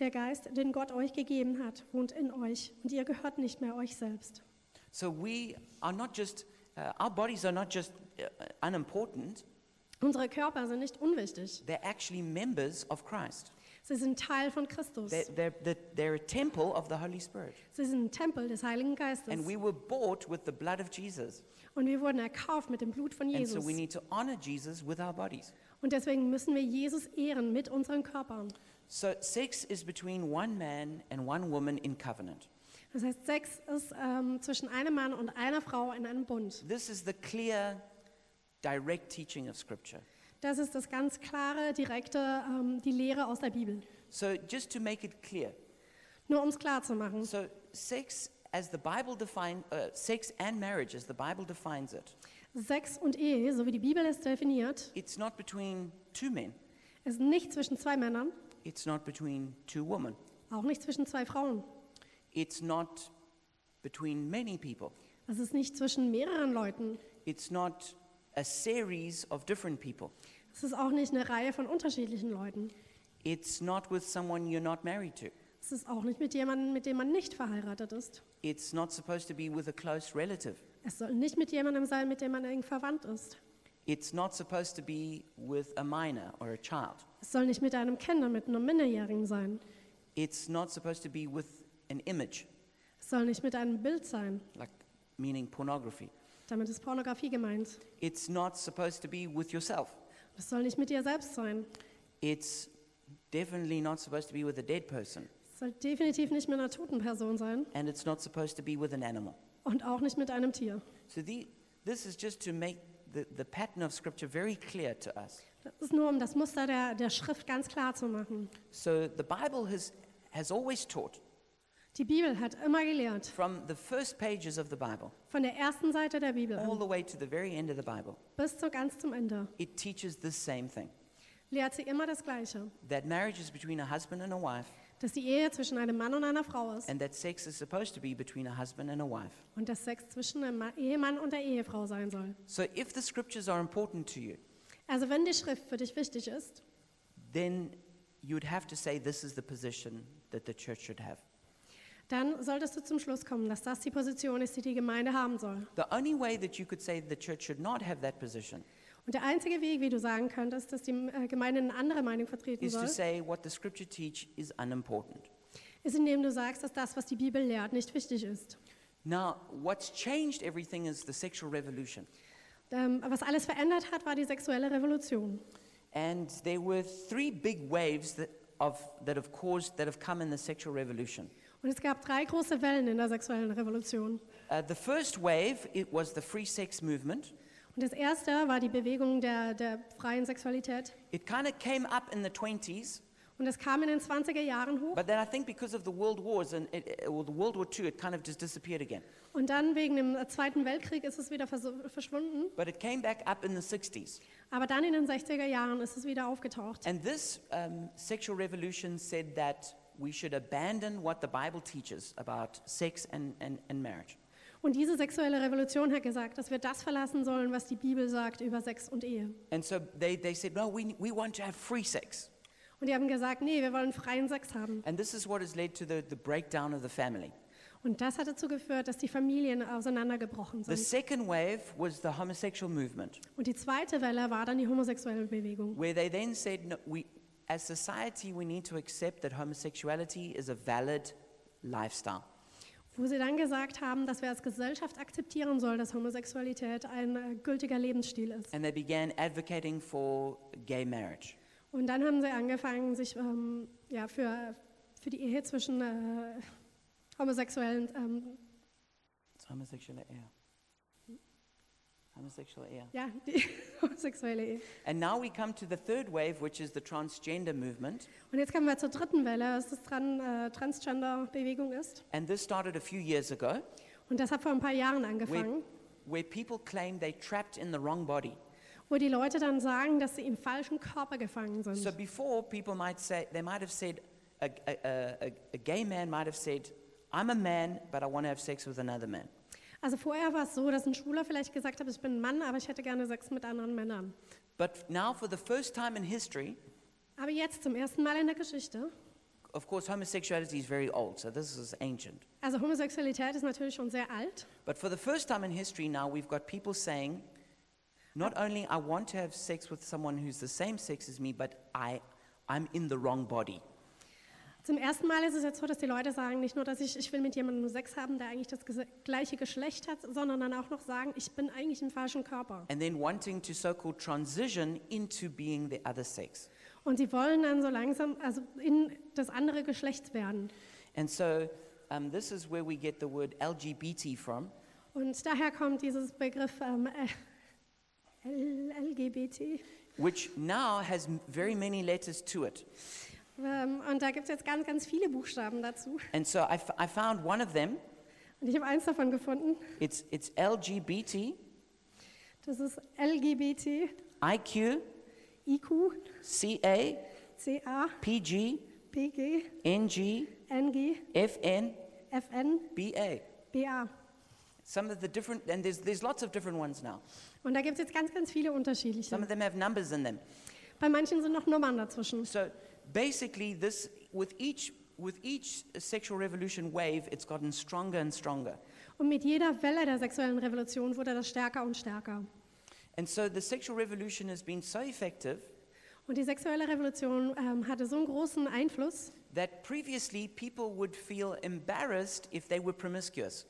Der Geist, den Gott euch gegeben hat, wohnt in euch und ihr gehört nicht mehr euch selbst. So we are not just, uh, our bodies are not just uh, unimportant, Unsere Körper sind nicht unwichtig. they're actually members of Christ. Sie sind Teil von Christus. They're, they're, they're, they're a temple of the Holy Spirit. Sie sind ein Tempel des Heiligen Geistes. And we were bought with the blood of Jesus. Und wir wurden erkauft mit dem Blut von And so Jesus. we need to honor Jesus with our bodies. Und deswegen müssen wir Jesus ehren mit unseren Körpern. So sex is between one man and one woman in covenant. Das heißt, Sex ist ähm, zwischen einem Mann und einer Frau in einem Bund. This is the clear, direct teaching of Scripture. Das ist das ganz klare, direkte, ähm, die Lehre aus der Bibel. So just to make it clear, Nur um es klar zu machen. so sex, as the Bible defines, uh, sex and marriage, as the Bible defines it, Sex und Ehe, so wie die Bibel es definiert, It's not between two men. ist nicht zwischen zwei Männern, It's not between two women. auch nicht zwischen zwei Frauen. It's not between many people. Es ist nicht zwischen mehreren Leuten. It's not a series of different people. Es ist auch nicht eine Reihe von unterschiedlichen Leuten. It's not with someone you're not married to. Es ist auch nicht mit jemandem, mit dem man nicht verheiratet ist. It's not supposed to be with a close relative. Es soll nicht mit jemandem sein, mit dem man eng verwandt ist. It's not supposed to be with a minor or a child. Es soll nicht mit einem Kinder, mit einem Minderjährigen sein. It's not supposed to be with an image, Es soll nicht mit einem Bild sein. like meaning pornography. Damit ist Pornografie gemeint. It's not supposed to be with yourself. Es soll nicht mit dir selbst sein. It's definitely not supposed to be with a dead person. Es soll definitiv nicht mit einer toten Person sein And it's not supposed to be with an animal. und auch nicht mit einem Tier. So the, this is just to make the, the pattern of Scripture very clear to us. Das ist nur, um das Muster der, der Schrift ganz klar zu machen. So the Bible has, has always taught Die Bibel hat immer gelehrt, from the first pages of the Bible von der ersten Seite der Bibel all an the way to the very end of the Bible. bis zu ganz zum Ende, It teaches the same thing lehrt sie immer das Gleiche. that marriage is between a husband and a wife, Dass die Ehe zwischen einem Mann und einer Frau ist and that sex is supposed to be between a husband and a wife. und dass Sex zwischen einem Ma- Ehemann und der Ehefrau sein soll. So if the scriptures are important to you, Also wenn die Schrift für dich wichtig ist, then you'd have to say this is the position that the church should have. dann solltest du zum Schluss kommen, dass das die Position ist, die die Gemeinde haben soll. The only way that you could say the church should not have that position Und der einzige Weg, wie du sagen könntest, dass die äh, Gemeinde eine andere Meinung vertreten is soll, to say what the scripture teach is unimportant. ist, indem du sagst, dass das, was die Bibel lehrt, nicht wichtig ist. Now, what's changed everything is the sexual revolution. Ähm, was alles verändert hat, war die sexuelle Revolution. And there were three big waves that, of, that have caused, that have come in the sexual revolution. Und es gab drei große Wellen in der sexuellen Revolution. Uh, the first wave, it was the free sex movement. Und das erste war die Bewegung der, der freien Sexualität. It kind of came up in the 20s, Und das kam in den 20er Jahren hoch. but then I think because of the world wars and it, or the World War II, it kind of just disappeared again. Und dann wegen dem Zweiten Weltkrieg ist es wieder verso- verschwunden. But it came back up in the 60s. Aber dann in den 60er Jahren ist es wieder aufgetaucht. And this um, sexual revolution said that we should abandon what the Bible teaches about sex and, and, and marriage. Und diese sexuelle Revolution hat gesagt, dass wir das verlassen sollen, was die Bibel sagt über Sex und Ehe. And so they, they said, no, we, we want to have free sex. Und die haben gesagt, nee, wir wollen freien Sex haben. And this is what has led to the, the breakdown of the family. Und das hat dazu geführt, dass die Familien auseinandergebrochen The sind. second wave was the homosexual movement, Und die zweite Welle war dann die homosexuelle Bewegung. where they then said, no, we, as society, we need to accept that homosexuality is a valid lifestyle. wo sie dann gesagt haben, dass wir als Gesellschaft akzeptieren sollen, dass Homosexualität ein äh, gültiger Lebensstil ist. And they began advocating for gay marriage. Und dann haben sie angefangen, sich ähm, ja, für, für die Ehe zwischen äh, Homosexuellen, ähm, It's homosexual yeah. Homosexual yeah. ja, die homosexuelle Ehe. And now we come to the third wave, which is the transgender movement. Und jetzt kommen wir zur dritten Welle, was das Tran äh, Transgender-Bewegung ist. And this started a few years ago, Und das hat vor ein paar Jahren where, angefangen, where people claim they trapped in the wrong body. wo die Leute dann sagen, dass sie im falschen Körper gefangen sind. So before, people might say, they might have said, a, a, a, a gay man might have said, I'm a man, but I want to have sex with another man. Also vorher war es so, dass ein Schwuler vielleicht gesagt hat, ich bin ein Mann, aber ich hätte gerne Sex mit anderen Männern. But now, for the first time in history, Aber jetzt zum ersten Mal in der Geschichte. of course, homosexuality is very old, so this is ancient. Also Homosexualität ist natürlich schon sehr alt. But for the first time in history now, we've got people saying, not only I want to have sex with someone who's the same sex as me, but I, I'm in the wrong body. Zum ersten Mal ist es jetzt so, dass die Leute sagen, nicht nur, dass ich, ich will mit jemandem Sex haben, der eigentlich das ges- gleiche Geschlecht hat, sondern dann auch noch sagen, ich bin eigentlich im falschen Körper. And then wanting to so called transition into being the other sex. Und sie wollen dann so langsam, also in das andere Geschlecht werden. And so um, this is where we get the word LGBT from. Und daher kommt dieses Begriff ähm, äh, L- LGBT. Which now has m- very many letters to it. Ähm, und da gibt es jetzt ganz, ganz viele Buchstaben dazu. And so I, f- I found one of them. Und ich habe eins davon gefunden. It's, it's LGBT, Das ist LGBT, IQ, IQ, CA, CA, PG, PG, NG, NG, FN, FN, BA. BA. Some of the different, and there's, there's lots of different ones now. Und da gibt es jetzt ganz, ganz viele Some unterschiedliche. of them have numbers in them. Bei manchen sind noch Nummern dazwischen. So basically, this with each with each sexual revolution wave, it's gotten stronger and stronger. Und mit jeder Welle der sexuellen Revolution wurde das stärker und stärker. And so the sexual revolution has been so effective Und die sexuelle Revolution ähm, hatte so einen großen Einfluss, that previously people would feel embarrassed if they were promiscuous.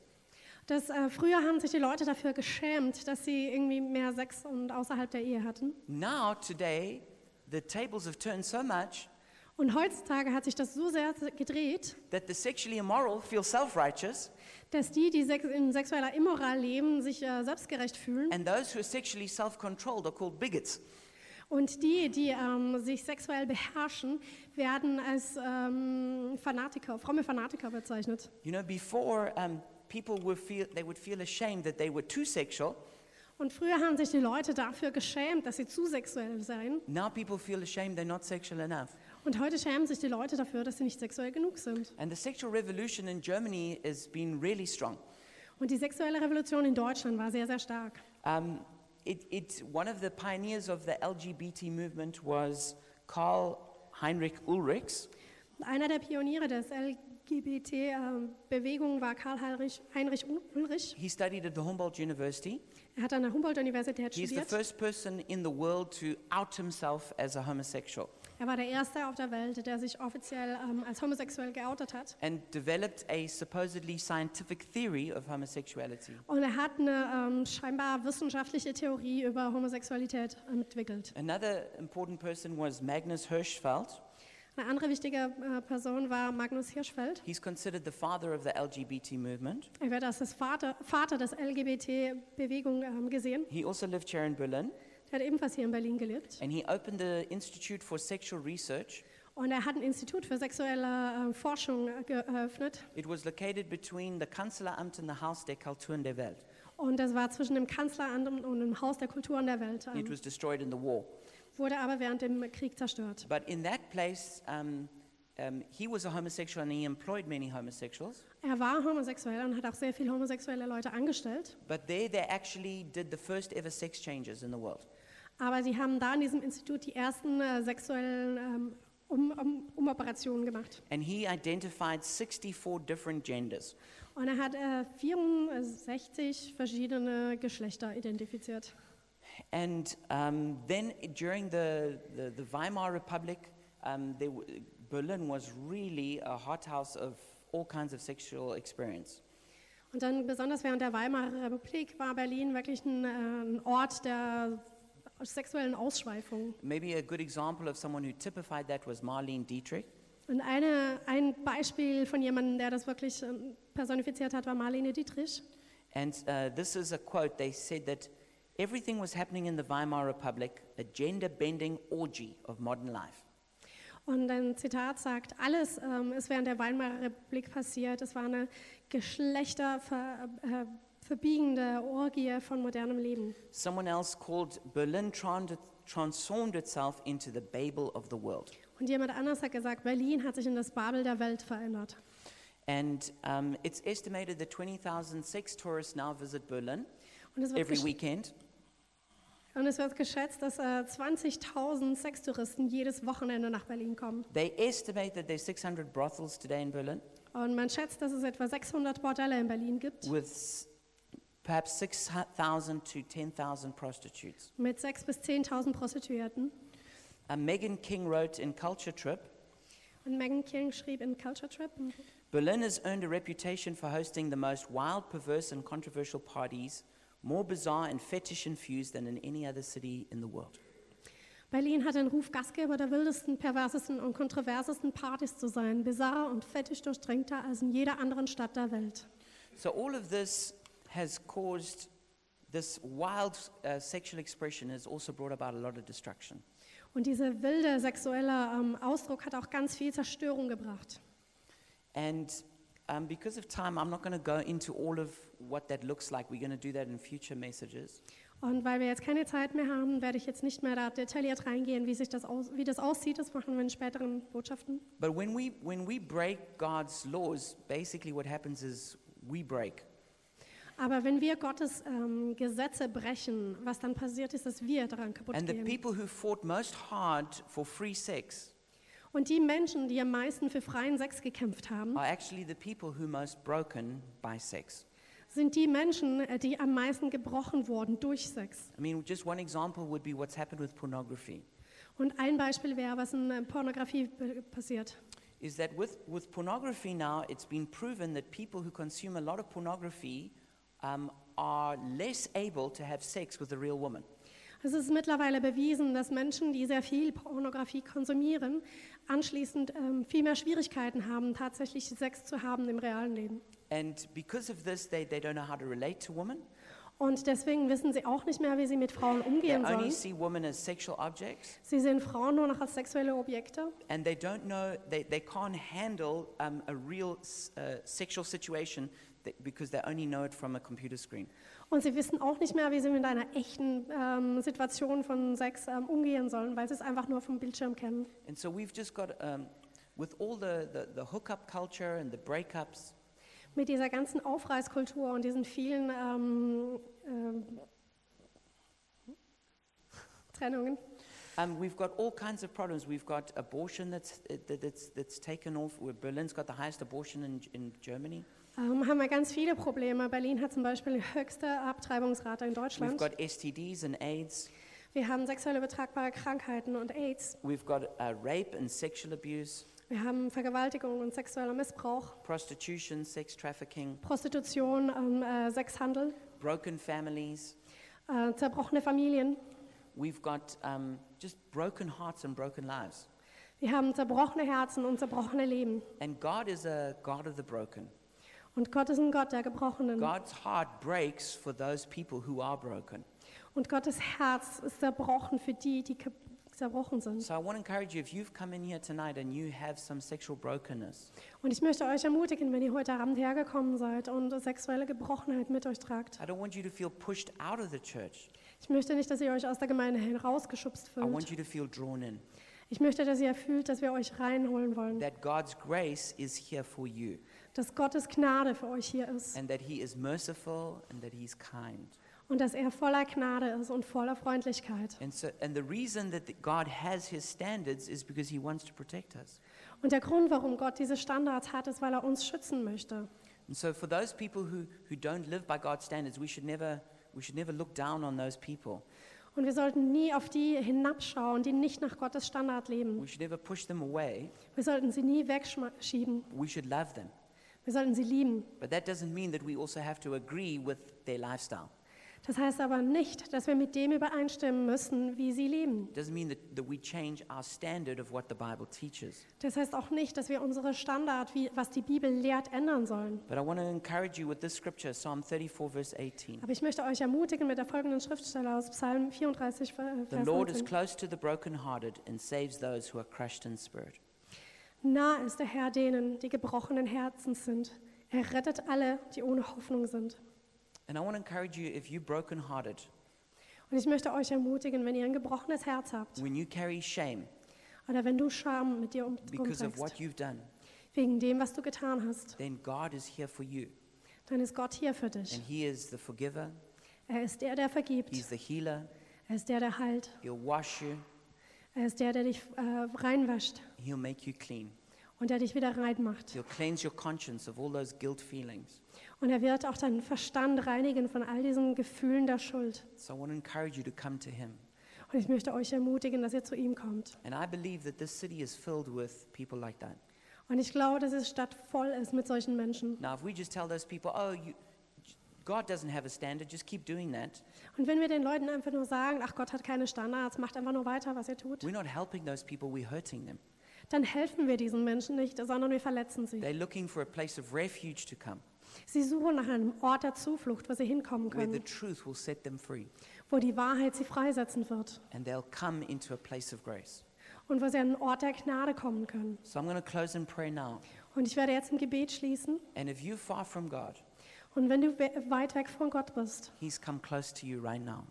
dass äh, früher haben sich die Leute dafür geschämt, dass sie irgendwie mehr Sex und außerhalb der Ehe hatten. Now today, the tables have turned so much Und heutzutage hat sich das so sehr gedreht, that the sexually immoral feel self-righteous, dass die, die sex in sexueller Immoral leben, sich äh, selbstgerecht fühlen and those who are sexually self-controlled are called bigots. und die, die ähm, sich sexuell beherrschen, werden als ähm, Fanatiker, fromme Fanatiker bezeichnet. You know, before um, people would feel they would feel ashamed that they were too sexual. Und früher haben sich die Leute dafür geschämt, dass sie zu sexuell seien. Now people feel ashamed they're not sexual enough. Und heute schämen sich die Leute dafür, dass sie nicht sexuell genug sind. And the sexual revolution in Germany has been really strong. Und die sexuelle Revolution in Deutschland war sehr, sehr stark. Um, it, it, one of the pioneers of the LGBT movement was Karl Heinrich Ulrichs, Einer der Pioniere des LGBT-Bewegung äh, war Karl Heinrich, Heinrich Ulrich. He studied at the Humboldt University. Er hat an der Humboldt-Universität He's the studiert. first person in the world to out himself as a homosexual Er war der Erste auf der Welt, der sich offiziell ähm, als homosexuell geoutet hat. and developed a supposedly scientific theory of homosexuality. Und er hat eine ähm, scheinbar wissenschaftliche Theorie über Homosexualität entwickelt. Another important person was Magnus Hirschfeld. Eine andere wichtige äh, Person war Magnus Hirschfeld. He's considered the father of the LGBT movement. Er wird als das Vater, Vater des LGBT-Bewegung ähm, gesehen. He also lived here in Berlin Er hat ebenfalls hier in Berlin gelebt. and he opened the Institute for Sexual Research. Und er hat ein Institut für sexuelle äh, Forschung äh, geöffnet. It was located between the Kanzleramt and the Haus der Kultur der Welt. Und das war zwischen dem Kanzleramt und dem Haus der Kulturen der Welt. It Ähm, was destroyed in the war. wurde aber während dem Krieg zerstört. But in that place, um, um, he was a homosexual and he employed many homosexuals. Er war homosexuell und hat auch sehr viele homosexuelle Leute angestellt. But there, they actually did the first ever sex changes in the world. Aber sie haben da in diesem Institut die ersten äh, sexuellen ähm, um, um, Umoperationen gemacht. And he identified 64 different genders. Und er hat äh, 64 verschiedene Geschlechter identifiziert. And um, then during the, the, the Weimar Republic, um, there w- Berlin was really a hothouse of all kinds of sexual experience. Und dann besonders während der Weimarer Republik war Berlin wirklich ein, äh, ein Ort der sexuellen Ausschweifung. Maybe a good example of someone who typified that was Marlene Dietrich. Und eine, ein Beispiel von jemandem, der das wirklich ähm, personifiziert hat, war Marlene Dietrich. And uh, this is a quote. They said that everything was happening in the Weimar Republic, a gender bending orgy of modern life. Und ein Zitat sagt, alles ähm, ist während der Weimarer Republik passiert. Es war eine geschlechterverbiegende äh, verbiegende Orgie von modernem Leben. Someone else called Berlin tran- transformed itself into the Babel of the world. Und jemand anders hat gesagt, Berlin hat sich in das Babel der Welt verändert. And um, it's estimated that 20,000 sex tourists now visit Berlin Und es wird, every gesch- weekend. und es wird geschätzt, dass äh, 20.000 Sextouristen jedes Wochenende nach Berlin kommen. They estimate that there's 600 brothels today in Berlin, Und man schätzt, dass es etwa 600 Bordelle in Berlin gibt. with s- perhaps 6,000 to 10,000 prostitutes. Mit 6.000 bis 10.000 Prostituierten. Uh, Megan King wrote in Culture Trip Und Megan King schrieb in Culture Trip, Berlin has earned a reputation for hosting the most wild, perverse, and controversial parties, more bizarre and fetish infused than in any other city in the world. Berlin hat den Ruf, Gastgeber der wildesten, perversesten und kontroversesten Partys zu sein, bizarrer und fettisch durchdrängter als in jeder anderen Stadt der Welt. So, all of this has caused this wild uh, sexual expression, has also brought about a lot of destruction. Und dieser wilde sexuelle ähm, Ausdruck hat auch ganz viel Zerstörung gebracht. And um, because of time, I'm not going to go into all of what that looks like. We're going to do that in future messages. Und weil wir jetzt keine Zeit mehr haben, werde ich jetzt nicht mehr da detailliert reingehen, wie, sich das, aus, wie das aussieht. Das machen wir in späteren Botschaften. But when we, when we break God's laws, basically what happens is we break. Aber wenn wir Gottes ähm, Gesetze brechen, was dann passiert ist, dass wir daran kaputt And the gehen. people who fought most hard for free sex Und die Menschen, die am meisten für freien Sex gekämpft haben, are actually the people who most broken by sex. sind die Menschen, äh, die am meisten gebrochen wurden durch Sex. I mean, just one example would be what's happened with pornography. Und ein Beispiel wäre, was in äh, Pornografie äh, passiert. Is that with, with pornography now, it's been proven that people who consume a lot of pornography um, are less able to have sex with a real woman. Es ist mittlerweile bewiesen, dass Menschen, die sehr viel Pornografie konsumieren, anschließend ähm, viel mehr Schwierigkeiten haben, tatsächlich Sex zu haben im realen Leben. And because of this, they, they don't know how to relate to women. Und deswegen wissen sie auch nicht mehr, wie sie mit Frauen umgehen they only sollen. see women as sexual objects, Sie sehen Frauen nur noch als sexuelle Objekte and they don't know, they, they can't handle um, a real s- uh, sexual situation that, because they only know it from a computer screen. und sie wissen auch nicht mehr, wie sie mit einer echten ähm, Situation von Sex ähm, umgehen sollen, weil sie es einfach nur vom Bildschirm kennen. And so we've just got, um, with all the, the, the hookup culture and the breakups, Mit dieser ganzen Aufreißkultur und diesen vielen ähm, ähm, Trennungen um, we've got all kinds of problems. We've got abortion that's, uh, that- that's, that's taken off. Where Berlin's got the highest abortion in, in Germany. ähm, haben wir ganz viele Probleme. Berlin hat zum Beispiel die höchste Abtreibungsrate in We've Deutschland. got STDs and AIDS. Wir haben sexuelle übertragbare Krankheiten und AIDS. We've got uh, rape and sexual abuse, Wir haben Vergewaltigung und sexueller Missbrauch, prostitution, sex trafficking, Prostitution, ähm, äh, Sexhandel, broken families. äh, zerbrochene Familien. We've got um, just broken hearts and broken lives. Wir haben zerbrochene Herzen und zerbrochene Leben. And God is a God of the broken. Und Gott ist ein Gott der Gebrochenen. God's heart breaks for those people who are broken. Und Gottes Herz ist zerbrochen für die, die ge- zerbrochen sind. So I want to encourage you if you've come in here tonight and you have some sexual brokenness, Und ich möchte euch ermutigen, wenn ihr heute Abend hergekommen seid und sexuelle Gebrochenheit mit euch tragt. I don't want you to feel pushed out of the church. Ich möchte nicht, dass ihr euch aus der Gemeinde herausgeschubst I want fühlt. you to feel drawn in. Ich möchte, dass ihr fühlt, dass wir euch reinholen wollen. That God's grace is here for you, Dass Gottes Gnade für euch hier ist. and that He is merciful, and that He's kind. Und dass er voller Gnade ist und voller Freundlichkeit. And so, and the reason that the- God has His standards is because He wants to protect us. Und der Grund, warum Gott diese Standards hat, ist, weil er uns schützen möchte. And so, for those people who, who don't live by God's standards, we should never we should never look down on those people. Und wir sollten nie auf die hinabschauen, die nicht nach Gottes Standard leben. We should never push them away. Wir sollten sie nie wegschieben. We should love them. Wir sollten sie lieben. But that doesn't mean that we also have to agree with their lifestyle. Das heißt aber nicht, dass wir mit dem übereinstimmen müssen, wie sie leben. It doesn't mean that, that we change our standard of what the Bible teaches. Das heißt auch nicht, dass wir unsere Standard, wie, was die Bibel lehrt, ändern sollen. But I want to encourage you with this scripture, Psalm 34, verse 18. Aber ich möchte euch ermutigen mit der folgenden Schriftstelle aus Psalm 34, Ver- äh, The Vers Lord is 19. close to the brokenhearted and saves those who are crushed in spirit. Nah ist der Herr denen, die gebrochenen Herzens sind. Er rettet alle, die ohne Hoffnung sind. And I want to encourage you if you're brokenhearted, Und ich möchte euch ermutigen, wenn ihr ein gebrochenes Herz habt when you carry shame oder wenn du Scham mit dir um- because of rumträgst, what you've done, wegen dem, was du getan hast, then God is here for you. dann ist Gott hier für And dich. He is the forgiver, Er ist der, der vergibt. He's the healer, Er ist der, der heilt. He'll wash you, Er ist der, der dich äh, reinwäscht He'll make you clean. und der dich wieder rein macht. He'll cleanse your conscience of all those guilt feelings. Und er wird auch deinen Verstand reinigen von all diesen Gefühlen der Schuld. So I want to encourage you to come to Him. Und ich möchte euch ermutigen, dass ihr zu ihm kommt. And I believe that this city is filled with people like that. Und ich glaube, dass diese Stadt voll ist mit solchen Menschen. Now, if we just tell those people, oh, you, God doesn't have a standard, just keep doing that, Und wenn wir den Leuten einfach nur sagen, ach Gott hat keine Standards, macht einfach nur weiter, was ihr tut, we're not helping those people, we're hurting them. dann helfen wir diesen Menschen nicht, sondern wir verletzen sie. They're looking for a place of refuge to come Sie suchen nach einem Ort der Zuflucht, wo sie hinkommen where the können, truth will set them free wo die Wahrheit sie freisetzen wird and they'll come into a place of grace. und wo sie an einen Ort der Gnade kommen können. So I'm going to close in prayer now. Und ich werde jetzt ein Gebet schließen. And if you're far from God, Und wenn du we- weit weg von Gott bist, He's come close to you right now.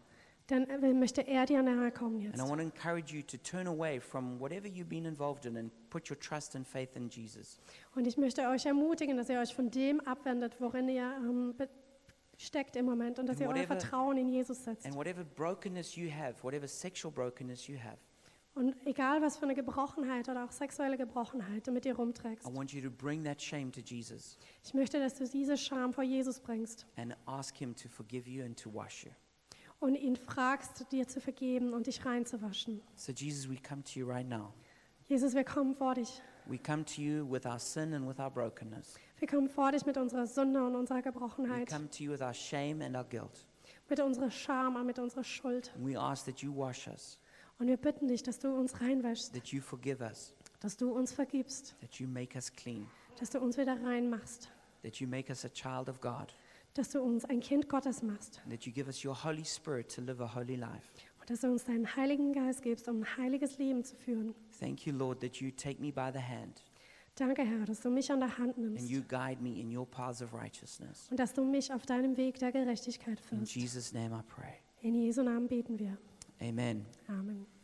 dann äh, möchte er dir näher kommen And I jetzt. want to encourage you to turn away from whatever you've been involved in and put your trust and faith in Jesus. Und ich möchte euch ermutigen, dass ihr euch von dem abwendet, worin ihr ähm, be- steckt im Moment und dass And ihr euer whatever- Vertrauen in Jesus setzt. And whatever brokenness you have, whatever sexual brokenness you have, Und egal was für eine Gebrochenheit oder auch sexuelle Gebrochenheit du mit dir rumträgst, I want you to bring that shame to Jesus ich möchte, dass du diese Scham vor Jesus bringst and ask Him to forgive you and to wash you. und ihn fragst, dir zu vergeben und dich reinzuwaschen. So, Jesus, we come to you right now. Jesus, wir kommen vor dich. We come to you with our sin and with our brokenness. Wir kommen vor dich mit unserer Sünde und unserer We Gebrochenheit, come to you with our shame and our guilt. mit unserer Scham und mit unserer Schuld. And we ask that you wash us, Und wir bitten dich, dass du uns reinwäschst, that you forgive us, dass du uns vergibst, that you make us clean, dass du uns wieder reinmachst, that you make us a child of God, dass du uns ein Kind Gottes machst and that you give us your Holy Spirit to live a holy life. und dass du uns deinen Heiligen Geist gibst, um ein heiliges Leben zu führen. Thank you, Lord, that you take me by the hand Danke, Herr, dass du mich an der Hand nimmst. and you guide me in your paths of righteousness. und dass du mich auf deinem Weg der Gerechtigkeit In führst. Jesus' name I pray. In Jesu Namen beten wir. Amen. Amen.